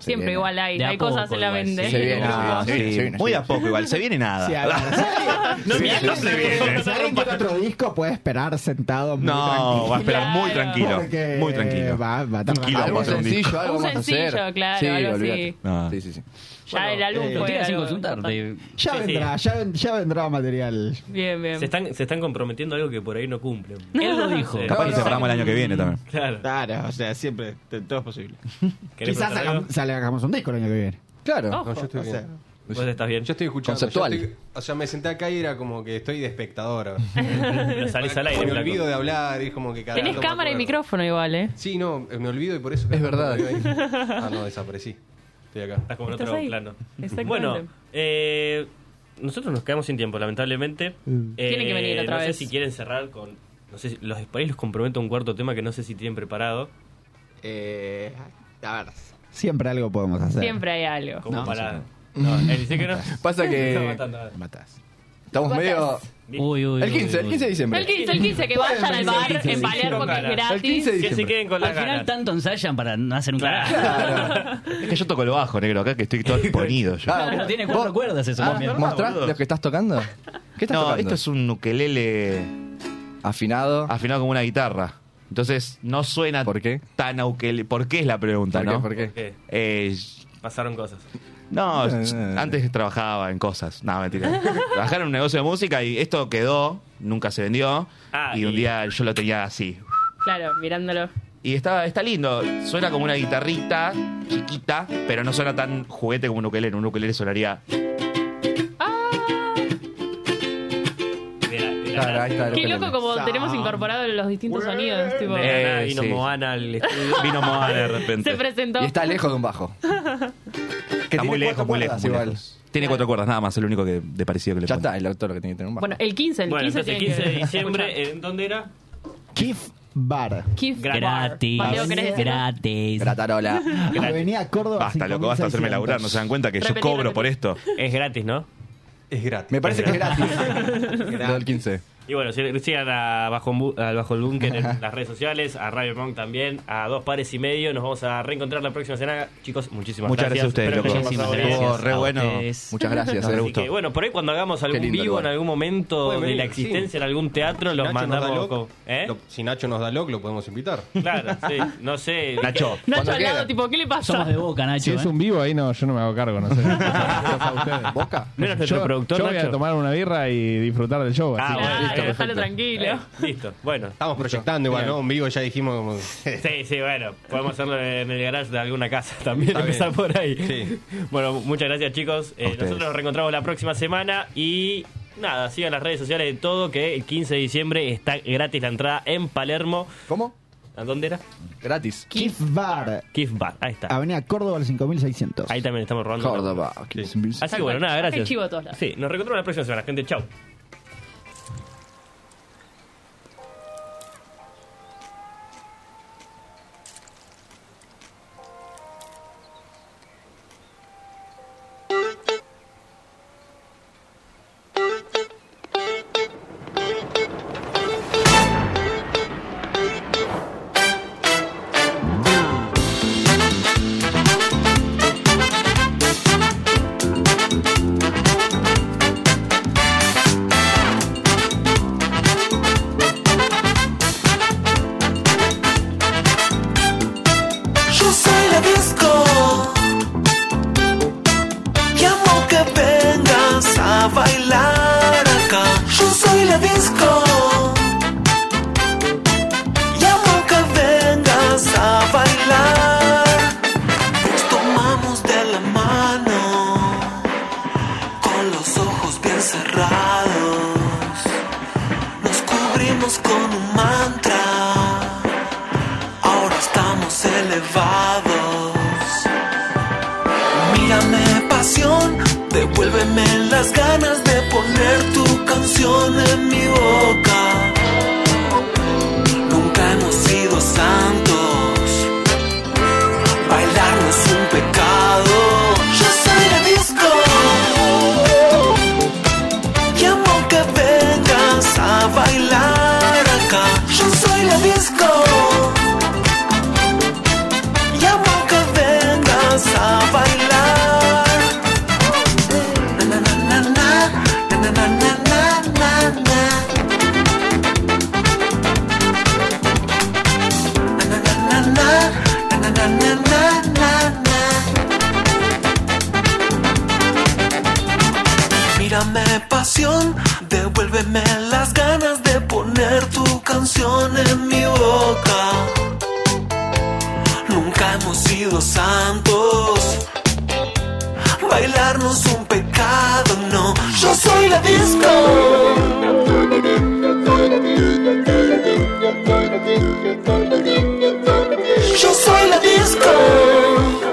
se Siempre viene. igual hay, De a hay cosas poco en la igual, vende. sí. Se viene, Ah, se viene, sí, se viene, Muy se a poco igual, se viene nada. Sí, *laughs* a ver, no, si mira, alguien- no se viene. si alguien quiere otro disco puede esperar sentado muy No, va a tranquilo. esperar muy Claro. tranquilo. Porque Muy tranquilo. Va, va a Un tardar. quilombo Algo hacer un disco. sencillo, algo Un vamos a hacer. sencillo, claro, sí, algo así. olvídate. Ah. Sí, sí, sí. Ya Bueno, el álbum eh, Lo fue tiran sin algo consultar. importante. de- Ya Sí, sí. vendrá, Ya, ven- ya vendrá material. Bien, bien. Se están, se están comprometiendo algo que por ahí no *laughs* cumplen. Él lo dijo. Sí. Capaz No, que no, cerramos el año que viene *laughs* también. Claro. Claro, o sea, siempre, todo es posible. ¿Querés Quizás preguntar algo? sacamos, sacamos un disco el año que viene. Claro. Ojo. No, yo estoy O sea, bien. Vos estás bien. Yo estoy escuchando. Conceptual. yo estoy- o sea, me senté acá y era como que estoy de espectador. *laughs* Pero salís al aire, Me flaco. olvido de hablar y es como que cada Tenés tanto me cámara y acuerdo. micrófono igual, ¿eh? Sí, no, eh, me olvido y por eso. Es verdad. Ah, no, desaparecí. Estoy acá. Estás como en Estás otro ahí. plano. Exactamente. Bueno, eh, nosotros nos quedamos sin tiempo, lamentablemente. Mm. Eh, Tiene que venir otra no vez. sé si quieren cerrar con. No sé si, los por ahí los comprometo a un cuarto tema que no sé si tienen preparado. a ver. Siempre algo podemos hacer. Siempre hay algo. Como No, para. sí, No, él dice que no. *laughs* Pasa *laughs* que- Está matando, a ver. Estamos medio. Uy, uy, el 15, uy, el 15 de diciembre. El 15, el 15, que vayan *laughs* al bar Sí, sí, en sí. Palermo, que es gratis. Al final tanto ensayan para no hacer un carajo. *laughs* Es que yo toco el bajo, negro, acá que estoy *laughs* todo ponido. yo. Claro, tiene cuatro cuerdas eso Ah, también. ¿Mostrás lo que estás tocando? ¿Qué estás no, tocando? esto es un ukelele. Afinado. Afinado como una guitarra. Entonces, no suena tan a ukelele. ¿Por qué es la pregunta, ¿Por qué? no? ¿Por qué? ¿Qué? Eh, Pasaron cosas. no, Eh, antes trabajaba en cosas. No, *laughs* mentira. Trabajaba en un negocio de música y esto quedó, nunca se vendió. Ah, y un día yo lo tenía así. Claro, mirándolo. Y está, está lindo. Suena como una guitarrita chiquita, pero no suena tan juguete como un ukelele. Un ukelele sonaría... Claro, ahí está el Ah. Qué ukelele. loco como tenemos incorporado los distintos sonidos. Tipo, Eh, Eh, Moana, vino Moana al estudio. Vino Moana *laughs* de repente. se presentó. Y está lejos de un bajo. Está muy lejos, muy lejos, muy lejos. Tiene cuatro cuerdas nada más, el único que, de parecido que le Ya está, el autor que tiene que tener un *laughs* Bueno, el 15, el Bueno, 15 entonces el tiene 15 de que- *laughs* diciembre, eh, ¿en dónde era? Kif Bar. Kif Bar. Gratis. Mateo, ¿querés decirlo? Gratis. Gratarola. Avenida Córdoba. Basta, loco, basta hacerme laburar, no se dan cuenta que yo Repetí, cobro por esto. Es gratis, ¿no? Es gratis. Me parece que es gratis. Lo del 15. Y bueno, si- sigan a Bajo, Bu- al Bajo el Búnker en *laughs* las redes sociales, a Radio Monk también, a dos pares y medio. Nos vamos a reencontrar la próxima semana. Chicos, muchísimas Muchas gracias a gracias. ustedes, Espero que loco. hayan pasado Muchísimas bien. gracias Estuvo re a bueno. ustedes. Muchas gracias, eh, me Así gustó. que, bueno, por ahí cuando hagamos Qué algún lindo el vivo en lugar. algún momento Pueden de la venir, sí. existencia en algún teatro, los Nacho nos da mandamos. loc, con- ¿Eh? lo- si Nacho nos da loc, lo podemos invitar. Claro, sí. No sé. Nacho. Nacho al lado, tipo, ¿qué le pasa? boca, Si es un vivo ahí, no, yo no me hago cargo, no sé. *laughs* ¿Boca? ¿No eras nuestro yo, productor, yo voy Nacho? a tomar una birra y disfrutar del show. Ah, así. bueno, listo, Déjalo perfecto. tranquilo. Eh, Listo, bueno. Estamos proyectando igual, Bien. ¿no? En vivo ya dijimos como. Sí, sí, bueno, podemos hacerlo en el garage de alguna casa también, Está empezar bien. por ahí. Bueno, muchas gracias chicos. Eh, ustedes. nosotros nos reencontramos la próxima semana y nada, sigan las redes sociales de todo, que el 15 de diciembre está gratis la entrada en Palermo. ¿Cómo? ¿A dónde era? Gratis. Kif Bar. Kif Bar, ahí está. Avenida Córdoba al 5600. Ahí también estamos robando. Córdoba. Así que bueno, nada, gracias. Qué chivo a todos lados. Sí, nos reencontramos la próxima semana, gente. Chau. Yo soy la disco. Llamo que vengas a bailar acá. Yo soy la disco. Llamo que vengas a bailar. Nos tomamos de la mano. Con los ojos bien cerrados. Nos cubrimos con un mantra. Ahora estamos elevados. Mírame pasión, devuélveme las ganas de poner tu canción en mi boca. Nunca hemos sido santos, bailar no es un pecado. Yo soy la disco. Llamo que vengas a bailar acá. Yo soy la disco. Llamo que vengas a bailar. Na, na, na, na, na. Yo soy la disco.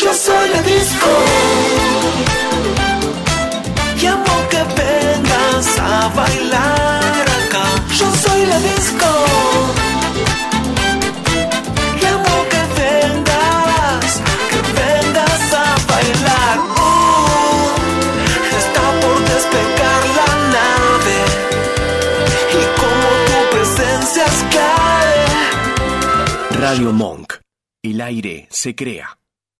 Yo soy la disco. Llamo que vengas a bailar acá. Yo soy la disco. Llamo que vengas, que vengas a bailar. Uh, está por despegar la nave y como tu presencia es clave. Radio Monk. El aire se crea.